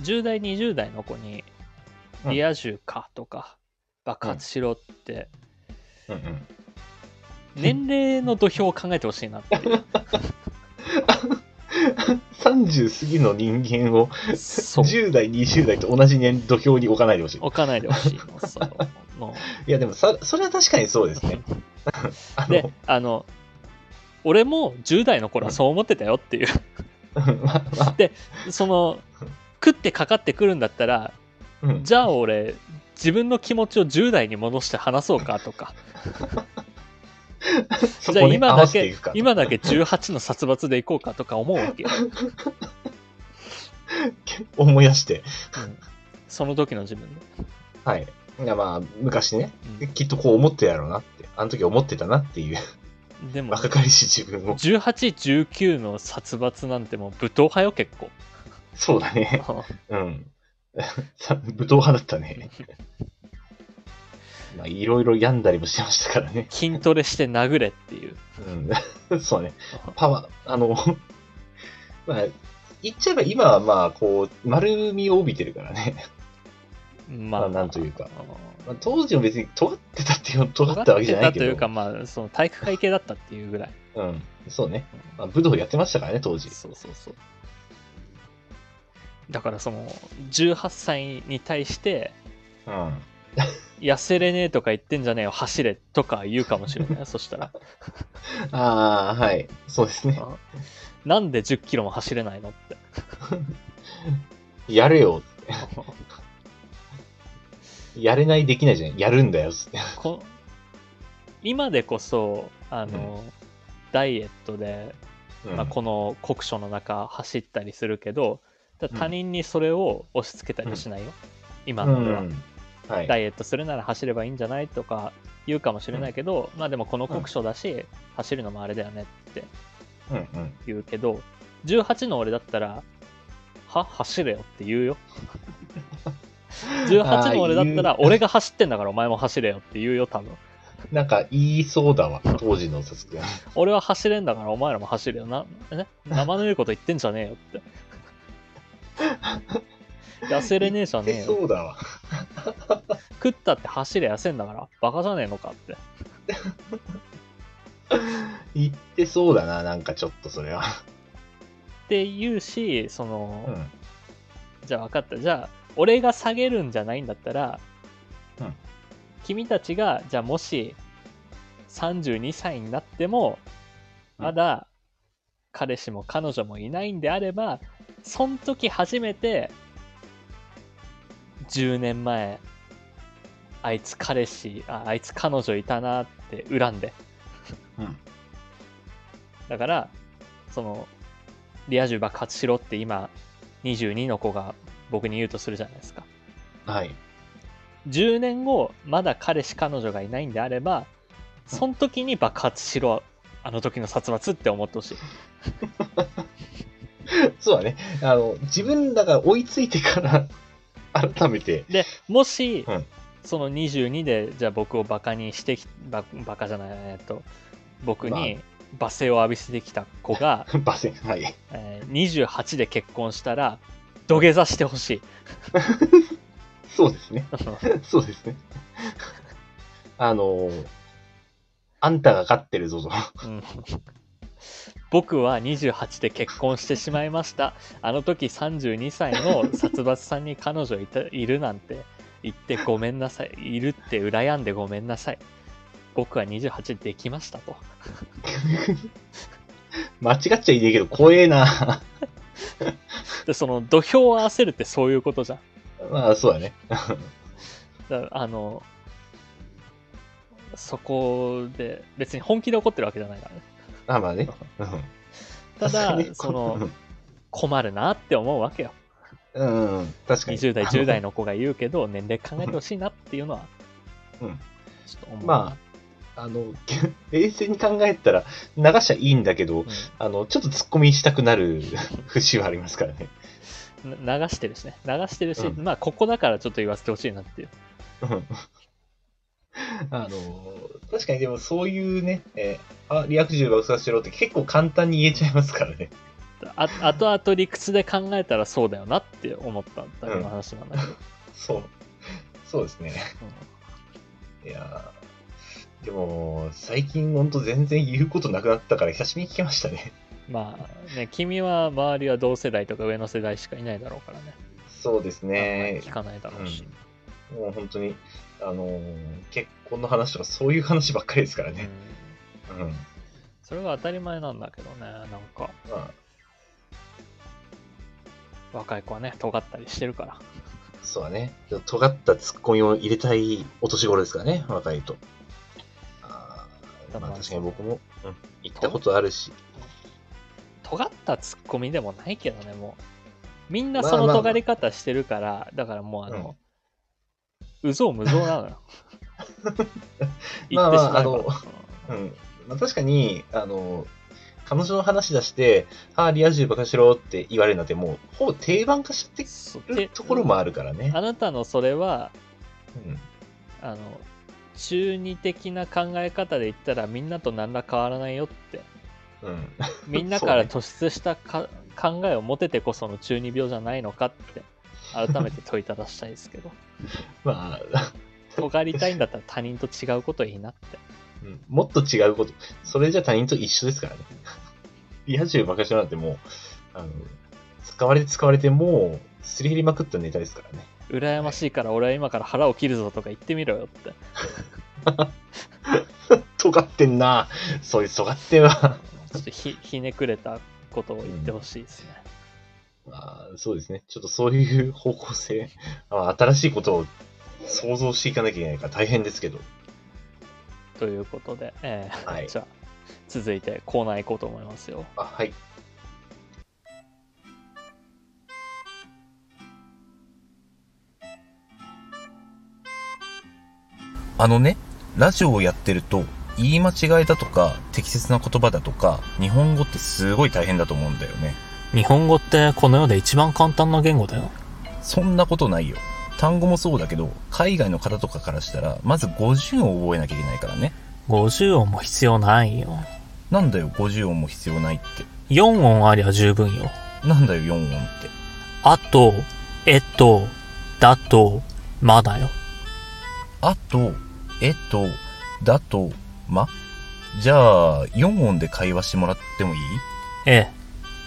S1: 10代20代の子に「
S2: うん
S1: リア充か」とか「爆発しろ」って
S2: うんうん。
S1: 年
S2: [laughs]
S1: 齢の土俵を考えてほしいなって
S2: [laughs]
S1: いう
S2: 30過ぎの人間を
S1: そう
S2: 10代、20代と同じ年土俵に置かないでほしい。
S1: 置かないでほしいのそのの
S2: いや、でもさ、それは確かにそうで
S1: [laughs]
S2: すね。あ
S1: で
S2: の、
S1: あの俺も10代の頃はそう思ってたよっていう
S2: うん [laughs] まあ
S1: [laughs]
S2: まあ、
S1: その食ってかかってくるんだったら
S2: うん
S1: じゃあ俺自分の気持ちを10代に戻して話そうかと
S2: [laughs]
S1: か
S2: そ
S1: じゃあ
S2: こね、合
S1: 今だ
S2: わせてい
S1: け
S2: くか。
S1: 今だけ18の殺伐でいこうかとか思うわけよ、
S2: 思い出して。
S1: うんその時の自分で、
S2: はい。いやまあ、昔ね、
S1: うん
S2: きっとこう思ってたやろうなって、あの時思ってたなっていう、 [laughs]
S1: でも
S2: 若かりし自分を。
S1: 1819の殺伐なんてもう武闘派よ結
S2: [laughs]
S1: 構
S2: そうだね。うん。 [laughs] さ武闘派だったね。 [laughs] まあ、いろいろ病んだりもしてましたからね。
S1: 筋トレして殴れっていう
S2: うん。 [laughs] そうね。パワー、あの、 [laughs] まあ、言っちゃえば今はまあ、こう、丸みを帯びてるからね。 [laughs]
S1: ま
S2: まあなんというか
S1: うん
S2: まあ、当時も別に尖ってたっていう、尖
S1: 尖
S2: っ
S1: って
S2: たわけじゃな
S1: た
S2: いけ
S1: と
S2: ど。
S1: いうかまあその体育会系だったっていうぐらい、
S2: うん。そうね。
S1: うん
S2: まあ、武道やってましたからね、当時。
S1: そうそうそうだからその18歳に対して
S2: うん。
S1: 「痩せれねえ」とか言ってんじゃねえよ走れとか言うかもしれ [laughs] ないよそしたら
S2: ああ、はい。そうですね。
S1: なんで1 0キロも走れないのって
S2: やれ [laughs] よ。やれない、できないじゃん。やるんだよ。つって。
S1: こ今でこそあの、ダイエットで、
S2: うん
S1: まあ、この酷暑の中走ったりするけどた他人にそれを押し付けたりしないよ、今の俺は、
S2: うんはい。
S1: ダイエットするなら走ればいいんじゃないとか言うかもしれないけど、まあでもこの酷暑だし、走るのもあれだよねって
S2: うんうん。
S1: 言うけど18の俺だったらは走れよって言うよ18の俺だった
S2: あ
S1: ら俺が走ってんだからお前も走れよって言うよ多分
S2: なんか言いそうだわ、当時のさつくん。
S1: 俺は走れんだからお前らも走るよな、ね、生ぬるいこと言ってんじゃねえよ
S2: [laughs]
S1: って痩せれねえじゃねえ
S2: 言い
S1: よ
S2: そうだわ。
S1: 食ったって走れ痩せんだからバカじゃねえのかって
S2: 言ってそうだな、なんかちょっとそれは。
S1: って言うしその、
S2: うん。
S1: じゃあ分かったじゃあ俺が下げるんじゃないんだったら、
S2: うん
S1: 君たちがじゃあもし32歳になっても
S2: うん
S1: まだ彼氏も彼女もいないんであればそん時初めて10年前あいつ彼氏ああいつ彼女いたなって恨んで
S2: うん。
S1: だからそのリア充爆発しろって今22の子が僕に言うとするじゃないですか
S2: はい。
S1: 10年後まだ彼氏彼女がいないんであればその時に爆発しろあの時の殺伐って思ってほしい
S2: そうだね。あの、自分らが追いついてから、改めて、
S1: でもし、
S2: うん
S1: その22でじゃあ僕をバカにしてきババカじゃないえっと僕に罵声を浴びせてきた子が、
S2: バセン、はい。
S1: えー28で結婚したら土下座してほしい [laughs]
S2: そうですね。そうですね。あの、あんたが勝ってるぞと。
S1: うん僕は28で結婚してしまいましたあの時32歳の殺伐さんに彼女いたいるなんて言ってごめんなさいいるって羨んでごめんなさい僕は28できましたと
S2: 間違っちゃいねえけど、怖えな。 [laughs]
S1: でその土俵を合わせるってそういうことじゃん
S2: まあ、そうだね。
S1: だからあのそこで別に本気で怒ってるわけじゃないからね
S2: あまあね。うん
S1: た
S2: 確か
S1: だ
S2: に
S1: その困るなって思うわけよ
S2: うん、うん、確かに。
S1: 20代10代
S2: の。
S1: の子が言うけど年齢考えてほしいなっていうのは
S2: うん
S1: ちょっと思うな
S2: まあ、あの、 [laughs] 冷静に考えたら、流しゃいいんだけど、
S1: う
S2: あの、ちょっと突っ込みしたくなる [laughs] 節はありますからね。
S1: んな流してるしね流してるし、
S2: うん
S1: まあここだからちょっと言わせてほしいなっていう
S2: うんあの、確かにでもそういうね、えーあ、リアクジュ爆発しろって結構簡単に言えちゃいますからね。 [laughs]
S1: あ後々理屈で考えたらそうだよなって思っただけの話なんだけど、
S2: そう。そうですね。
S1: うん
S2: いやーでも、最近ほんと全然言うことなくなったから久しぶりに聞きましたね。
S1: まあね君は周りは同世代とか上の世代しかいないだろうからね、
S2: そうです
S1: あ
S2: ね
S1: んまり聞。かないだろうし、
S2: うん、もう本当に、あのー結婚の話とかそういう話ばっかりですから
S1: うん
S2: ね。うん。
S1: それが当たり前なんだけどねなんか
S2: ま
S1: 若い子はね尖ったりしてるから
S2: あ、そうだね。ちょっと尖ったツッコミを入れたいお年頃ですからね、若いと。あーまあ確かに僕も、うん、行ったことあるし。
S1: 尖ったツッコミでもないけどねもうみんなその
S2: まあまあまあ
S1: 尖り方してるから、だからもうあの、うぞうむぞうなの
S2: [laughs]
S1: よ言ってしまえば
S2: まあまああのうん。まあ確かに、あのー彼女の話出して、ああ、リア充バカしろって言われるなんて、もう、ほぼ定番化しちゃって
S1: そう
S2: る
S1: で
S2: ところもあるからね。
S1: あなたのそれは
S2: うん
S1: あの中二的な考え方で言ったらみんなと何ら変わらないよって
S2: うん。 [laughs]
S1: みんな
S2: そう
S1: から
S2: ね
S1: 突出したか考えを持ててこその中二病じゃないのかって改めて問いただしたいですけど
S2: まあ、
S1: 尖りたいんだったら他人と違うこといいなって
S2: うんもっと違うこと。それじゃ他人と一緒ですからね。 [laughs] リア充バカしろなんてもう、あの、使われて使われてもう、すり減りまくったネタですからね。
S1: 羨ましいから俺は今から腹を切るぞとか言ってみろよ
S2: [laughs]
S1: って
S2: 尖ってんなそういう尖ってんわ。 [laughs]
S1: ちょっとひひねくれたことを言ってほしいですね、
S2: まあ、そうですね。ちょっとそういう方向性、まあ新しいことを想像していかなきゃいけないから大変ですけど。
S1: ということで、えー
S2: はい
S1: じゃあ続いてコーナー行こうと思いますよ
S2: あ、はい。
S3: あのね、ラジオをやってると、言い間違いだとか、適切な言葉だとか、日本語ってすごい大変だと思うんだよね。
S1: 日本語ってこの世で一番簡単な言語だよ
S3: そんなことないよ。単語もそうだけど、海外の方とかからしたら、まず50音を覚えなきゃいけないからね。
S1: 50音も必要ないよ
S3: なんだよ、50音も必要ないって。
S1: 4音ありゃ十分よ
S3: なんだよ、4音って。
S1: あとえっとだとまだよ
S3: あと、えっと、だと、まじゃあ、4音で会話してもらってもいい
S1: ええ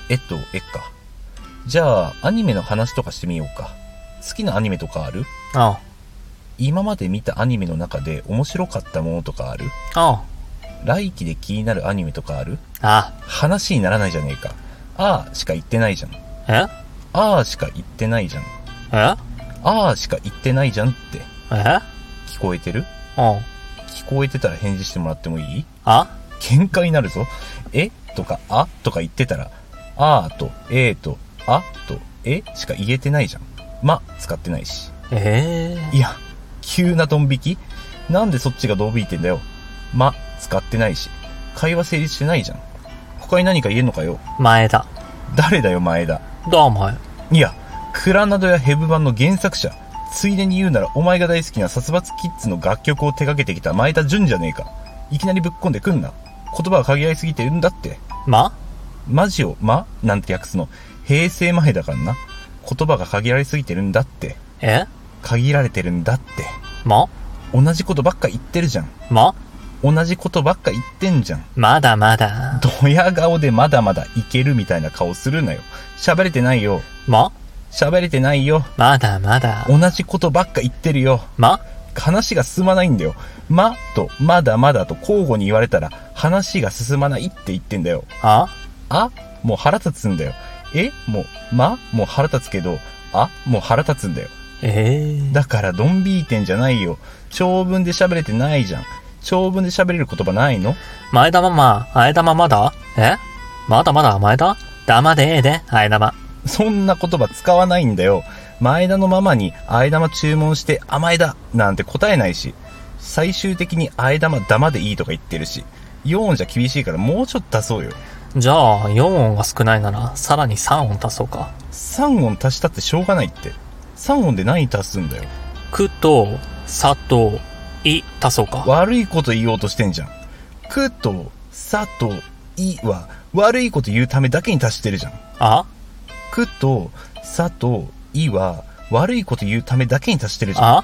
S3: えっと、えっか。じゃあ、アニメの話とかしてみようか。好きなアニメとかある
S1: あ
S3: 今まで見たアニメの中で面白かったものとかある
S1: あ
S3: 来期で気になるアニメとかある
S1: あ
S3: 話にならないじゃねえか。あーしか言ってないじゃん。
S1: え
S3: あーしか言ってないじゃん。
S1: え
S3: あーしか言ってないじゃんって。
S1: え
S3: 聞こえてる
S1: うん
S3: 聞こえてたら返事してもらってもいい
S1: あ
S3: 喧嘩になるぞ。えとか、あとか言ってたら、あーと、えーと、あと、えしか言えてないじゃん。ま、使ってないし。
S1: ええ
S3: いや、急なドン引きなんでそっちがドン引いてんだよ。ま、使ってないし。会話成立してないじゃん。他に何か言えんのかよ。
S1: 前田
S3: 誰だよ、前田。
S1: どうもよ
S3: いや、クラナドやヘブ版の原作者。
S2: ついでに言うなら、お前が大好きな殺伐キッズの楽曲を手掛けてきた前田純じゃねえか。いきなりぶっこんでくんな。言葉が限られすぎてるんだって。
S4: ま
S2: マジを、まなんて訳すの。平成前だからな。言葉が限られすぎてるんだって。
S4: え
S2: 限られてるんだって。
S4: ま
S2: 同じことばっか言ってるじゃん。
S4: ま
S2: 同じことばっか言ってんじゃん。
S4: まだまだ。
S2: ドヤ顔でまだまだいけるみたいな顔するなよ。喋れてないよ。
S4: ま
S2: 喋れてないよ。
S4: まだまだ。
S2: 同じことばっか言ってるよ。
S4: ま
S2: 話が進まないんだよ。まとまだまだと交互に言われたら話が進まないって言ってんだよ。
S4: あ
S2: あもう腹立つんだよ。えもう、まもう腹立つけど、あもう腹立つんだよ。
S4: ええ
S2: だからドンビーてんじゃないよ。長文で喋れてないじゃん。長文で喋れる言葉ないの
S4: 前田ママ、前田ママだえまだまだ前田黙でええで、前田マ。
S2: そんな言葉使わないんだよ。前田のママに、あえ玉注文して、甘えだなんて答えないし、最終的に、あえ玉、玉でいいとか言ってるし、4音じゃ厳しいからもうちょっと足そうよ。
S4: じゃあ、4音が少ないなら、さらに3音足そうか。
S2: 3音足したってしょうがないって。3音で何足すんだよ。
S4: くと、さと、い足そうか。
S2: 悪いこと言おうとしてんじゃん。くと、さと、いは、悪いこと言うためだけに足してるじゃん。
S4: あ
S2: くと、さと、いは、悪いこと言うためだけに足してるじゃん。
S4: あ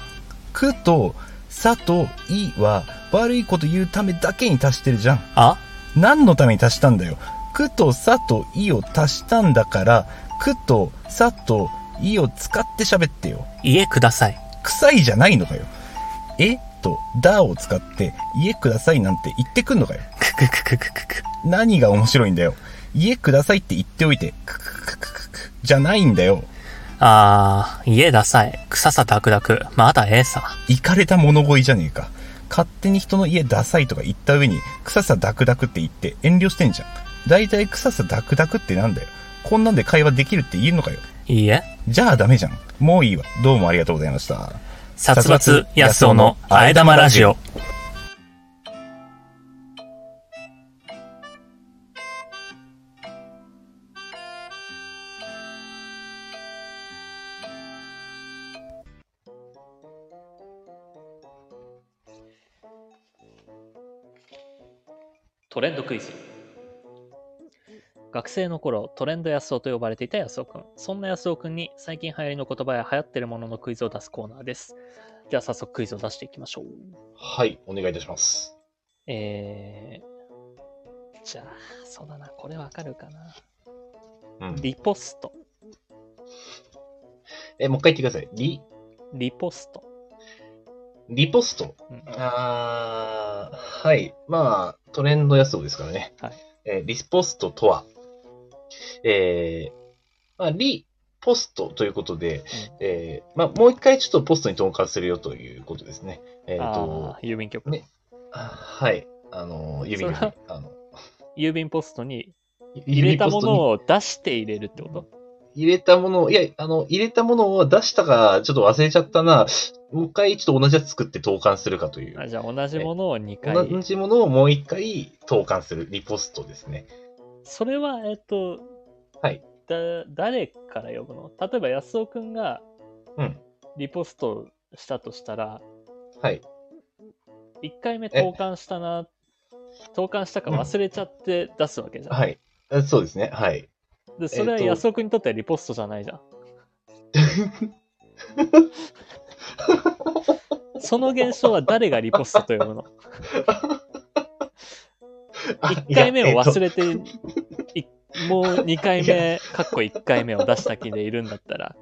S2: くと、さと、いは、悪いこと言うためだけに足してるじゃん。
S4: あ
S2: 何のために足したんだよ。くと、さと、いを足したんだから、くと、さと、いを使って喋ってよ。
S4: 家ください。
S2: 臭いじゃないのかよ。えと、だを使って、家くださいなんて言ってくんのかよ。
S4: くくくくくくく。
S2: 何が面白いんだよ。家くださいって言っておいて、くくくくくく、じゃないんだよ。
S4: あー、家ださい。臭さダクダク。まだええさ。
S2: 行かれた物乞いじゃねえか。勝手に人の家ダサいとか言った上に、臭さダクダクって言って遠慮してんじゃん。だいたい臭さダクダクってなんだよ。こんなんで会話できるって言えるのかよ。
S4: いいえ。
S2: じゃあダメじゃん。もういいわ。どうもありがとうございました。
S4: 殺伐安男のあえ玉ラジオ。
S1: トレンドクイズ学生の頃トレンド安尾と呼ばれていた安尾くんそんな安尾くんに最近流行りの言葉や流行ってるもののクイズを出すコーナーですでは早速クイズを出していきましょう
S5: はい、お願いいたします。
S1: えー、じゃあそうだなこれわかるかな
S5: うん。
S1: リポスト
S5: え、もう一回言ってください。リ、
S1: リポスト、
S5: リポスト。
S1: うん
S5: あーはい。まあ、トレンド予想ですからね。
S1: はい
S5: えーリポストとは、えーまあ、リポストということで、えーまあ、もう一回ちょっとポストに転換するよということですね。えっ、と
S1: あ、ー郵便局、
S5: ねあはい。あの、指に、
S1: それは
S5: あの、
S1: 郵便ポストに
S5: 入
S1: 入れたもの
S5: を。
S1: を出して入れるってこと
S5: 入れたものを、いや、あの、入れたものを出したか、ちょっと忘れちゃったな。もう一回ちょっと同じやつ作って投函するかという。
S1: あじゃあ同じものを2回
S5: 同じものをもう一回投函する。リポストですね。
S1: それはえっと
S5: はい
S1: だ誰から呼ぶの例えば安尾くんが
S5: うん
S1: リポストしたとしたら、
S5: はい。
S1: 1回目
S5: え
S1: 投函したな投函したか忘れちゃって出すわけじゃん、
S5: はい。あそうですね。はい。
S1: でそれは
S5: えっと
S1: 安尾くんにとってはリポストじゃないじゃ
S5: [laughs]
S1: んその現象は誰がリポストと呼ぶの1回目を忘
S5: れ
S1: れて、いもう2回目、かっこ1回目を出した気でいるんだったら、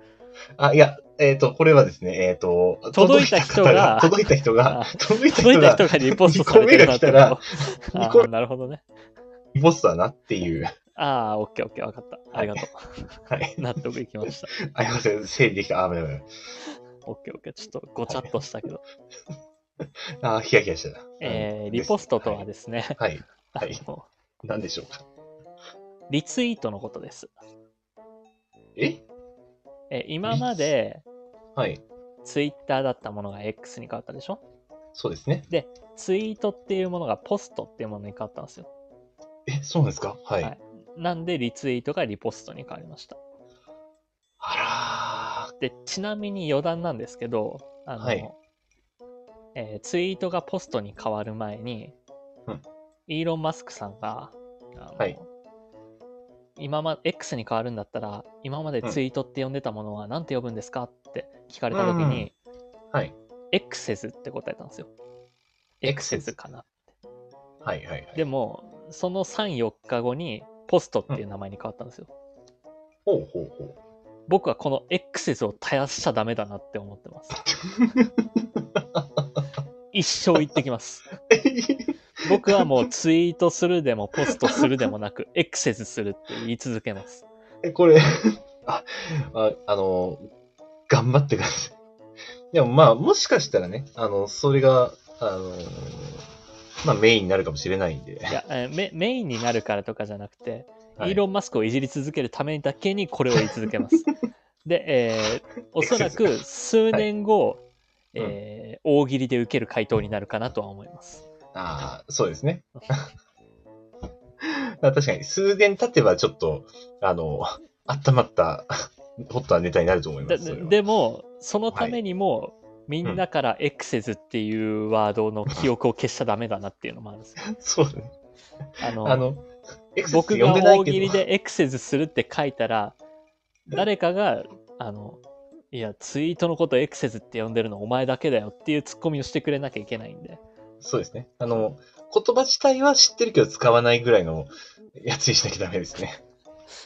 S5: あ、いや、えっ、と、これはですね、えっ、と、
S1: 届いた人が
S5: 届いた人が、届いた
S1: 届
S5: 人
S1: いた
S5: が、
S1: 人がリポストされてるなってこと。
S5: 二二
S1: あ
S5: 個目
S1: ーなるほどね。
S5: リポストだなっていう、
S1: ああ、オッケーオッケー、わかった。ありがと
S5: はい。 [laughs]
S1: う。納得いきました。
S5: ありません、整理できた。あ、危ない危ない。
S1: オッケーオッケー、ちょっとごちゃっとしたけど。
S5: あ、ヒヤヒヤしてた。
S1: えー、リポストとはですね、
S5: はい。はいはい
S1: あの
S5: 何でしょうか。
S1: リツイートのことです。
S5: え
S1: えー今まで
S5: はい。
S1: ツイッターだったものが X に変わったでしょ
S5: そうですね。
S1: ツイートっていうものがポストっていうものに変わったんですよ。
S5: え、そうなんですかはい。
S1: はいなんでリツイートがリポストに変わりました。
S5: あらー、
S1: で、ちなみに余談なんですけど、あの、
S2: はい
S1: えーツイートがポストに変わる前に、
S2: うん
S1: イーロン・マスクさんが、あの
S2: はい
S1: 今ま X に変わるんだったら、今までツイートって呼んでたものは何て呼ぶんですかって聞かれた時に、
S2: はい。
S1: エクセズって答えたんですよ。エクセズかな。
S2: はいはいはい。
S1: でも、その3、4日後に、ポストっていう名前に変わったんですよ。
S2: ほうほうほう。
S1: 僕はこのエクセズを絶やしちゃダメだなって思って
S2: [laughs]
S1: ます。一生言ってきます。僕はもうツイートするでもポストするでもなく、エクセズするって言い続けます。
S2: え、これあ、あ、あの、頑張ってください。でもまあ、もしかしたらね、あの、それが、あの、まあメインになるかもしれないんで。
S1: いや、えーメメインになるからとかじゃなくて、
S2: はい
S1: イーロン・マスクをいじり続けるためだけにこれを言い続けます。で、えーおそらく数年後、
S2: はいうん
S1: えー大喜利で受ける回答になるかなとは思います。
S2: ああ、そうですね。 [laughs] まあ確かに、数年経てばちょっと、あの、温まった、ホットなネタになると思いま。
S1: です
S2: それは
S1: でも、そのためにも、みんなからエクセズっていうワードの記憶を消しちゃダメだなっていうのもあるんですよ。
S2: そうだね。
S1: あの
S2: あの、エクセス
S1: 僕
S2: 読
S1: が
S2: んでない
S1: 大
S2: けど
S1: 喜利でエクセズするって書いたら、誰かが、あの、いや、ツイートのことエクセズって呼んでるのお前だけだよっていうツッコミをしてくれなきゃいけないんで。
S2: そうですね。あの、言葉自体は知ってるけど使わないぐらいのやつにしなきゃダメですね。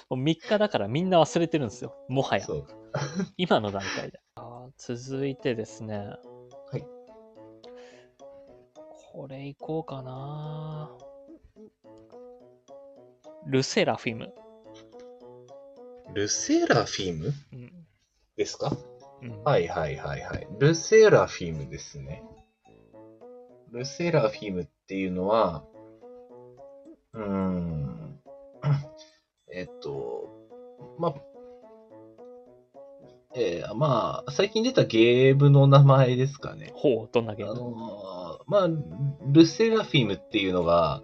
S1: もう3日だからみんな忘れてるんですよ。もはや。
S2: そう。
S1: 今の段階で。あー続いてですね。
S2: はい。
S1: これいこうかな。ルセラフィム。
S2: ルセラフィム
S1: うん
S2: ですか
S1: うん
S2: はいはいはいはい。ルセラフィムですね。ルセラフィムっていうのは、うーん、えっと、まあ、えーまあ、最近出たゲームの名前ですかね。
S1: ほう、どんな
S2: あ
S1: ゲーム
S2: のーまあ、ルセラフィムっていうのが、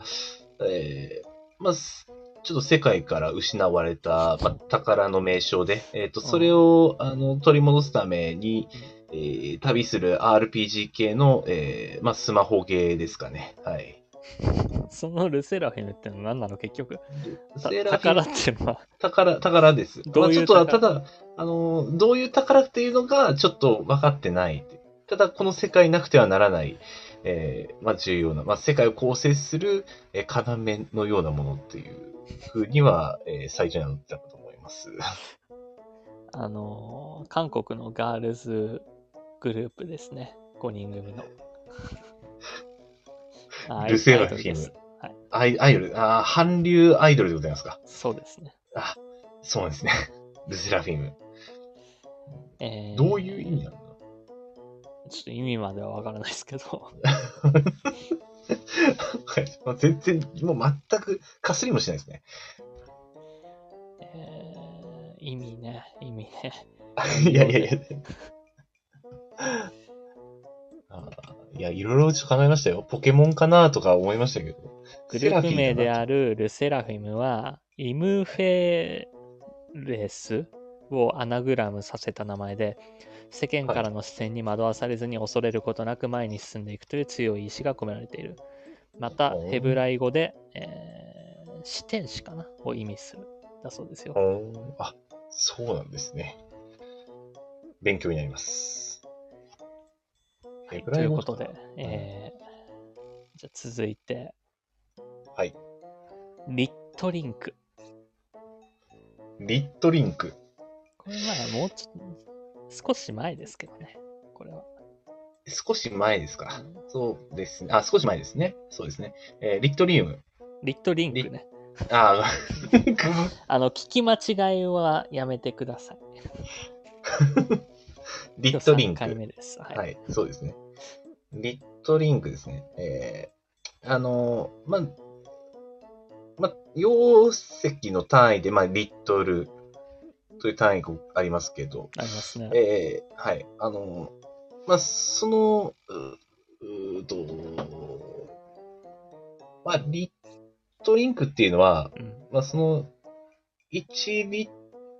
S2: えーまあ、すちょっと世界から失われた、まあ、宝の名称で、えっ、と、
S1: うん
S2: それを、あの、取り戻すために、えー旅する RPG 系の、えーまあ、スマホゲーですかね。はい。
S1: そのルセラフィムってのは何なの結局。
S2: ル
S1: た
S2: セラフィ
S1: 宝
S2: ム
S1: っていうのは。
S2: 宝、宝です。
S1: どういう
S2: まあ、ちょっと、た
S1: 宝
S2: だ、あの、どういう宝っていうのが、ちょっと分かってない。ただ、この世界なくてはならない、えーまあ、重要な、まあ、世界を構成する、えー、要のようなものっていうふうには、えー最初には載ってたかと思います。 [laughs]
S1: あのー韓国のガールズグループですね。5人組の。あ
S2: [laughs] ルセラフ
S1: アイドル
S2: ィ
S1: で
S2: ム
S1: す。。
S2: アイアイドル、あー韓流アイドルでございますか。
S1: そうですね。
S2: あ、そうですね。 [laughs] ルセラフィム。
S1: えー
S2: どういう意味なの [laughs]
S1: ちょっと意味まではわからないですけど。
S2: はいまあ全然、もう全くかすりもしないですね。
S1: えー意味ね、意味ね。
S2: いやいやいや。あーいや、いろいろちょっと考えましたよ。ポケモンかなとか思いましたけど。
S1: グループ名で
S2: る。
S1: あるルセラフィムは、イムフェレスをアナグラムさせた名前で、世間からの視線に惑わされずに恐れることなく前に進んでいくという強い意志が込められている。また
S2: ほう、
S1: ヘブライ語で、えー、視点士かなを意味する。だそうですよ。
S2: おーあ、そうなんですね。勉強になります。
S1: はい、
S2: ヘ
S1: と
S2: ブラ
S1: い
S2: イ
S1: う
S2: 語
S1: こ
S2: か
S1: とで、えー、じゃあ続いて、
S2: はい。
S1: リットリンク。
S2: リットリンク。
S1: これまあもうちょっと、少し前ですけどね、これは。
S2: 少し前ですか。そうですね。あ、少し前ですね。そうですね。えーリットリウム。
S1: リットリンクね。
S2: あー [laughs]
S1: あの、聞き間違いはやめてください。
S2: リットリン
S1: 今日3回。
S2: ク
S1: 目です。はい。
S2: はい、そうですね。リットリンクですね。えー、あのー、まあ、まあ、容積の単位で、まあ、リットルという単位がありますけど、
S1: ありますね。
S2: えー、はい、あのー、まあ、その、ううーと、まあ、リットリンクっていうのは、
S1: うん
S2: まあ、その、1リッ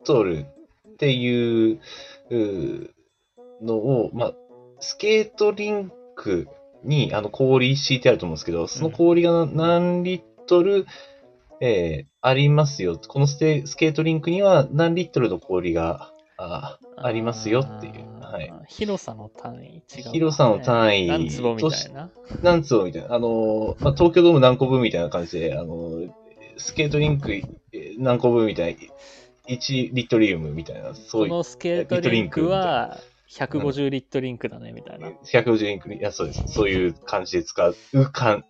S2: トルっていう、うのを、まあ、スケートリンクにあの氷敷いてあると思うんですけど、その氷が何リットル、えーありますよ。このステスケートリンクには何リットルの氷があありますよっていう。
S1: あー
S2: はい、
S1: 広さの単位違う、
S2: 広さの単位
S1: 何坪みたいな。
S2: なんつうのみたいな。あのー、まあ、東京ドーム何個分みたいな感じで、あのー、スケートリンクえー何個分みたいな。1リットリウムみたいな、
S1: こ
S2: そういう、
S1: のスケートリンクは150リットリンクだねみたいな。
S2: 150リンクに、いや、そうです。そういう感じで使うかん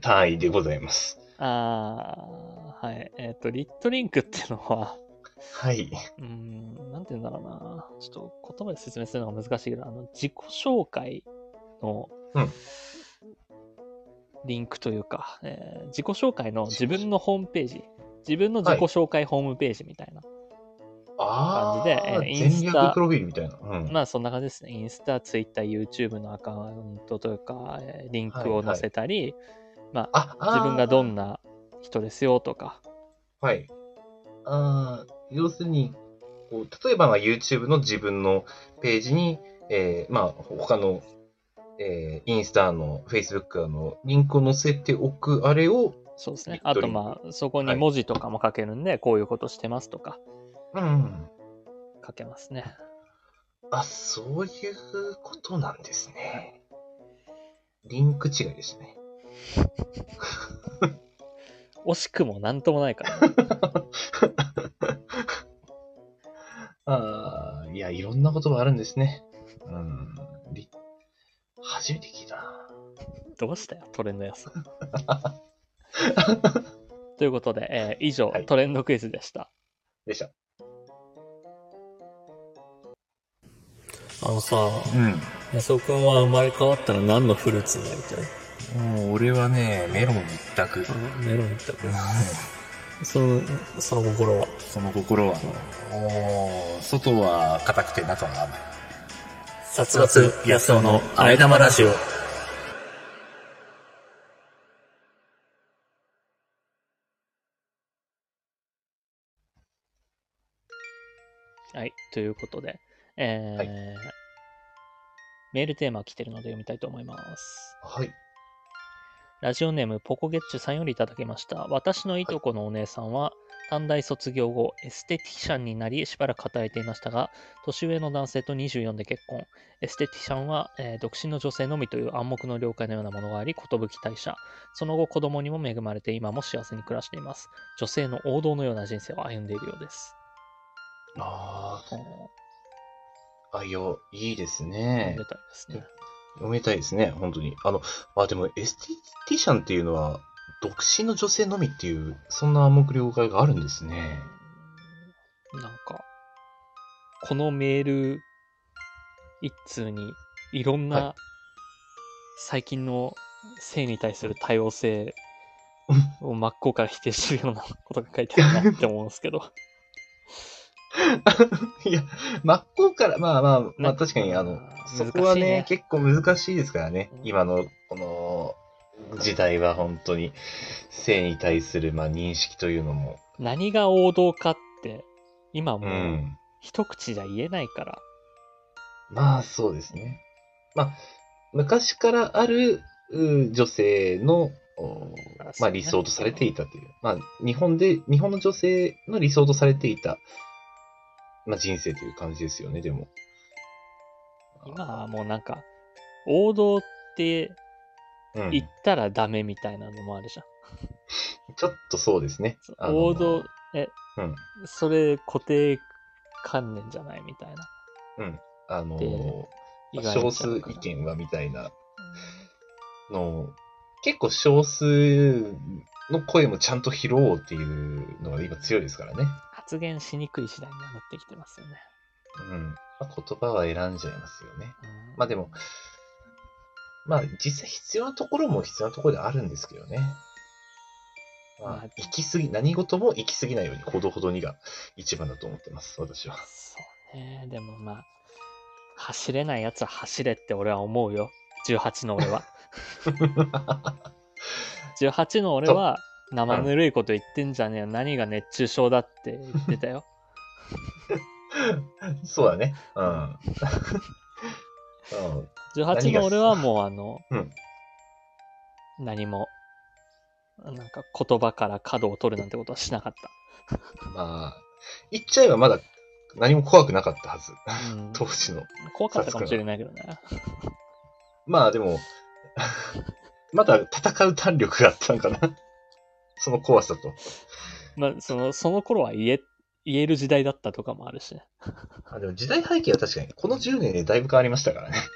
S2: 単位でございます。
S1: ああ、はい。えっ、と、リットリンクっていうのは、
S2: はい。
S1: うーん、なんて言うんだろうな。ちょっと言葉で説明するのが難しいけど、あの、自己紹介の、
S2: うん
S1: リンクというか、えー自己紹介の自分のホームページ、自分の自己紹介ホームページみたいな。
S2: ああ、
S1: 感じでえーインスタ
S2: 全略プロフィールみたいな。うん。
S1: まあそんな感じですね。インスタ、ツイッター、YouTube のアカウントというか、えーリンクを載せたり、まあ
S2: あ、あー
S1: 自分がどんな人ですよとか、
S2: はい。ああ、要するに、こう例えばまあ YouTube の自分のページに、えー、まあ、他の、えー、インスタの Facebook のリンクを載せておく、あれを、
S1: そうです
S2: リ
S1: ね。
S2: ッ
S1: あ
S2: ト
S1: と
S2: リンク
S1: まあそこ
S2: は
S1: に
S2: い
S1: 文字とかも書けるんで、こういうことしてますとか
S2: うん。
S1: 書けますね。
S2: あ、そういうことなんですね。リンク違いですね。
S1: 惜しくもなんともないからね、
S2: ああ、いや、いろんなことがあるんですね。うん。リ初めて聞いたな。
S1: どうしたよ、トレンド屋
S2: [laughs]
S1: さん。ということで、えー以上、
S2: はい
S1: トレンドクイズでした。
S2: でした。
S6: あのさ、
S3: うん。
S6: 安尾くんは生まれ変わったら何のフルーツになりたい
S3: もう俺はね、メロン一
S2: [laughs]
S3: 択。
S6: あメロンいったかその、その心は。
S3: その心は。おー外は硬くて中は甘い。
S6: 殺伐安尾のあえ玉ラジオ。
S1: はい、ということで、えー
S2: はい
S1: メールテーマ来てるので読みたいと思います。
S2: はい。
S1: ラジオネームポコゲッチュさんよりいただきました。私のいとこのお姉さんは、短大卒業後、エステティシャンになり、しばらく働いていましたが、年上の男性と24で結婚。エステティシャンは、えー独身の女性のみという暗黙の了解のようなものがあり、寿退社。その後、子供にも恵まれて、今も幸せに暮らしています。女性の王道のような人生を歩んでいるようです。
S2: あ
S1: うん
S2: あ、あ、いや、いいです
S1: め
S2: ね
S1: で。たいですね。
S2: 読めたいですね、本当に。あの、あ、でもエステティシャンっていうのは、独身の女性のみっていう、そんな暗黙了解があるんですね。
S1: なんか、このメール一通にいろん
S2: は
S1: な最近の性に対する多様
S2: [laughs]
S1: 性を真っ向から否定してるようなことが書いてあるなって思うんです
S2: [laughs]
S1: けど。
S2: いや、真っ向から、まあまあ、ま
S1: ね
S2: あ確かに、あの、そ
S1: 難
S2: こは
S1: しい
S2: ね
S1: ね
S2: 結構難しいですからね
S1: うん。
S2: 今の、この、時代は本当に、性に対する、まあ、認識というのも、
S1: 何が王道かって、今
S2: う。
S1: もうん一口じゃ言えないから。
S2: まあ、そうですね。まあ、昔からある、う女性の、お
S1: あそ
S2: ま
S1: う
S2: あ、
S1: ね
S2: 理想とされていたという。まあ、日本で、日本の女性の理想とされていた、まあ、人生という感じですよね、でも。
S1: 今はもうなんか、王道って
S2: うん、
S1: 言ったらダメみたいなのもあるじゃん。
S2: ちょっとそうですね。あの
S1: 王道、え、
S2: うん。
S1: それ固定観念じゃないみたいな。
S2: あの
S1: で意外
S2: 少
S1: にちゃ
S2: 数
S1: う
S2: 意
S1: から
S2: 見はみたいなの、結構少数の声もちゃんと拾おうっていうのが今強いですからね。
S1: 発言しにくい次第にはなってきてますよね。
S2: うん。まあ言葉は選んじゃいますよね。
S1: うん
S2: まあでも、まあ実際必要なところも必要なところであるんですけどね。ま
S1: ま
S2: あ
S1: あ、
S2: 行き過ぎ、何事も行き過ぎないように、ほどほどにが一番だと思ってます、
S1: [laughs]
S2: 私は。
S1: そうね。でもまあ、走れないやつは走れって俺は思うよ。18の俺
S2: [laughs]
S1: は。18の俺は
S2: [laughs]
S1: 生ぬるいこと言ってんじゃねえよ。何が熱中症だって言ってたよ。
S2: そうだね。うん。 [laughs] うん
S1: 18の俺はもうあの、
S2: うん
S1: 何も、なんか言葉から角を取るなんてことはしなかっ
S2: まあ、言っちゃえばまだ何も怖くなかったはず。
S1: た。
S2: [laughs]
S1: うん、
S2: 当時の。
S1: 怖かったかもしれないけどね。
S2: まあでも、 [laughs] まだ戦う胆力があったのかな。その怖さと。
S1: まあ、その、その頃は言え、言える時代だったとかもあるしね。
S2: あでも時代背景は確かに、この10年でだいぶ変わりましたからね。 [laughs]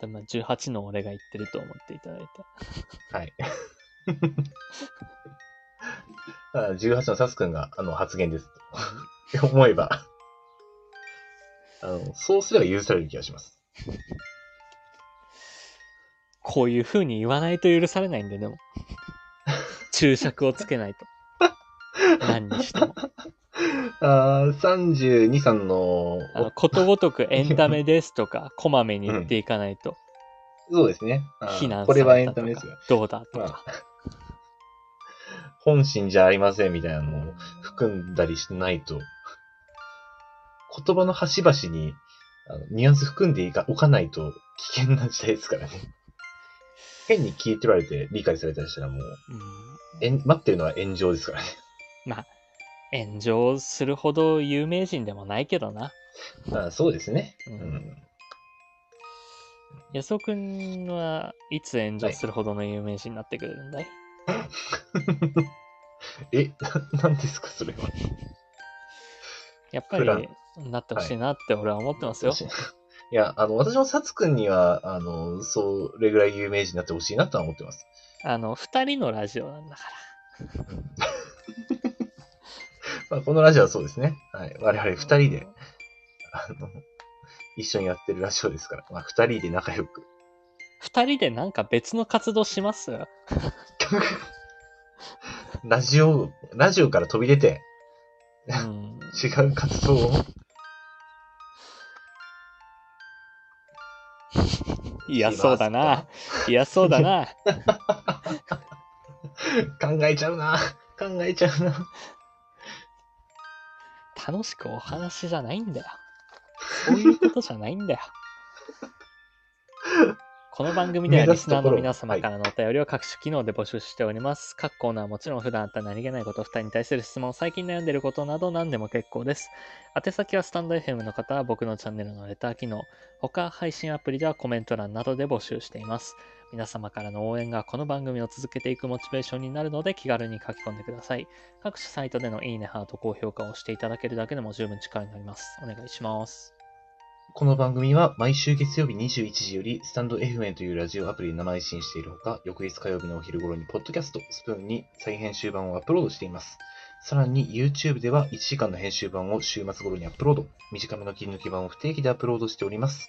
S1: でまあ18の俺が言ってると思っていただいて。
S2: はい。あ18のサス君があの発言です。って思えばあの、そうすれば許される気がします。
S1: こういう風に言わないと許されないんで、で
S2: [laughs]
S1: も。注釈をつけないと。何にしても。
S2: [laughs] あー32さんの、
S1: あの、ことごとくエンタメですとか、こまめに言っていかないと、
S2: そうですね。あー
S1: 非難
S2: こ
S1: さ
S2: れはエ
S1: れた
S2: ンタ
S1: と
S2: メですよ
S1: か。、どうだと
S2: ま
S1: か
S2: あ。、本心じゃありませんみたいなのを含んだりしないと、言葉の端々にあのニュアンス含んでいかおかないと危険な時代ですからね。変に聞いてられて理解されたりしたらもう、
S1: うん
S2: えん待ってるのは炎上ですからね。
S1: 炎上するほど有名人でもないけどな。
S2: まあそうですね。
S1: う。
S2: うんん。
S1: 安尾くんはいつ炎上するほどの有名人になってくれるんだい、
S2: え、 [laughs] な、なんですかそれは。
S1: やっぱ
S2: プラン
S1: りなってほしいなって俺は思ってますよ。
S2: [laughs] いや、あの、私もサツくんには、あの、それぐらい有名人になってほしいなとは思ってます。
S1: あの、二人のラジオなんだから。
S2: まあ、このラジオはそうですね。はい。我々二人で、あの、一緒にやってるラジオですから、まあ、二人で仲良く。
S1: 二人でなんか別の活動します
S2: ラジオ、ラジオから飛び出て、
S1: うん。
S2: [laughs] 違う活動を。 [laughs]
S1: 嫌そうだな。嫌そうだな。
S2: 考えちゃうな。考えちゃうな。
S1: 楽しくお話じゃないんだよ。そういうことじゃないんだよ。この番組ではリスナーの皆様からのお便りを各種機能で募集しております。各コーナーはもちろん普段あった何気ないこと、2人に対する質問、最近悩んでることなど何でも結構です。宛先はスタンド FM の方は僕のチャンネルのレター機能、他配信アプリではコメント欄などで募集しています。皆様からの応援がこの番組を続けていくモチベーションになるので気軽に書き込んでください。各種サイトでのいいね、ハート、高評価を押していただけるだけでも十分力になります。お願いします。
S2: この番組は毎週月曜日21時よりスタンド FM というラジオアプリで生配信しているほか、翌日火曜日のお昼頃にポッドキャスト、スプーンに再編集版をアップロードしています。さらに YouTube では1時間の編集版を週末頃にアップロード、短めの切り抜き版を不定期でアップロードしております。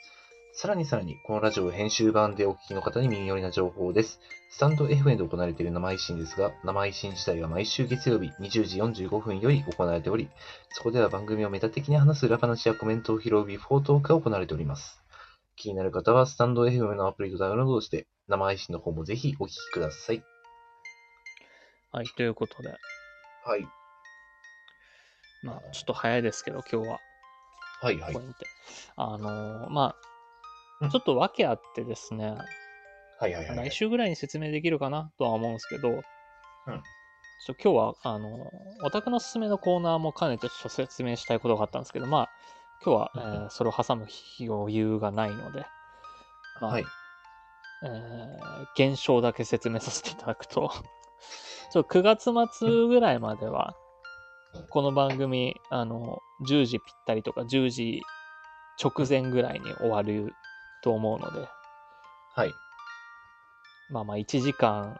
S2: さらにさらに、このラジオを編集版でお聞きの方に耳寄りな情報です。スタンド FM で行われている生配信ですが、生配信自体は毎週月曜日20時45分より行われており、そこでは番組をメタ的に話す裏話やコメントを拾うビフォートークが行われております。気になる方はスタンド FM のアプリとダウンロードして、生配信の方もぜひお聞きください。
S1: はい、ということで、
S2: はい。
S1: まあ、ちょっと早いですけど、今日は、
S2: はいは
S1: こ
S2: い
S1: こ。にて。あのーま
S2: う
S1: あ、
S2: ん
S1: ちょっと訳あってですね、
S2: はいはいはい。
S1: 来週ぐらいに説明できるかなとは思うんですけど、うん。ちょっと今日は、あのー、お宅のおすすめのコーナーも兼ねてちょっと説明したいことがあったんですけど、まあ、今日は、えーそれを挟む余裕がないので、まあ
S2: はい。
S1: えー現象だけ説明させていただくと、 [laughs] ちょっと9月末ぐらいまでは、この番組、あの、10時ぴったりとか10時直前ぐらいに終わると思うので、
S2: はい。
S1: まあまあ1時間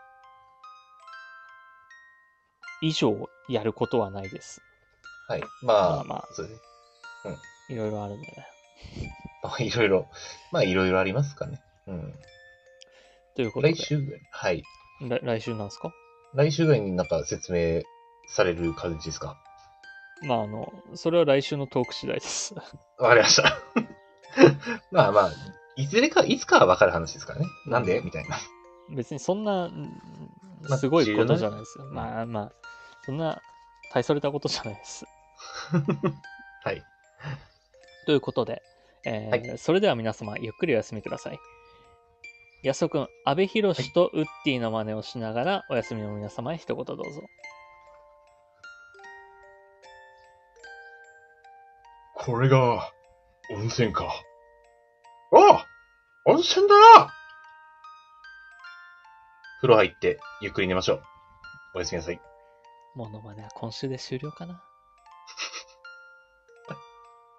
S1: 以上やることはないです。
S2: はい。
S1: ま
S2: ま
S1: あ
S2: あ、
S1: まあ
S2: そうですね。
S1: い
S2: [laughs]
S1: ろいろあるんでね。
S2: まあ、いろいろ、まあ、いろいろありますかね。うん。
S1: ということで、
S2: 来週ぐらい。はい。
S1: ら来週なんですか
S2: 来週ぐらいになんか説明される感じですか
S1: まああの、それは来週のトーク次第です。
S2: わかりました。 [laughs] まあまあ、いずれか、いつかはわかる話ですからね。なんでみたいな。 [laughs]
S1: 別にそんな、ん
S2: まあ
S1: すごいことじゃないですよ。
S2: 重要な
S1: まあまあ、そんな大それたことじゃないです。
S2: はい。
S1: [laughs] ということで、えー
S2: は
S1: それでは皆様、ゆっくりお休みください。安尾くん、阿部寛とウッディの真似をしながら、お休みの皆様へ一言どうぞ。
S2: これが、温泉か。あ温泉だな風呂入って、ゆっくり寝ましょう。おやすみなさい。
S1: モノマネは今週で終了かな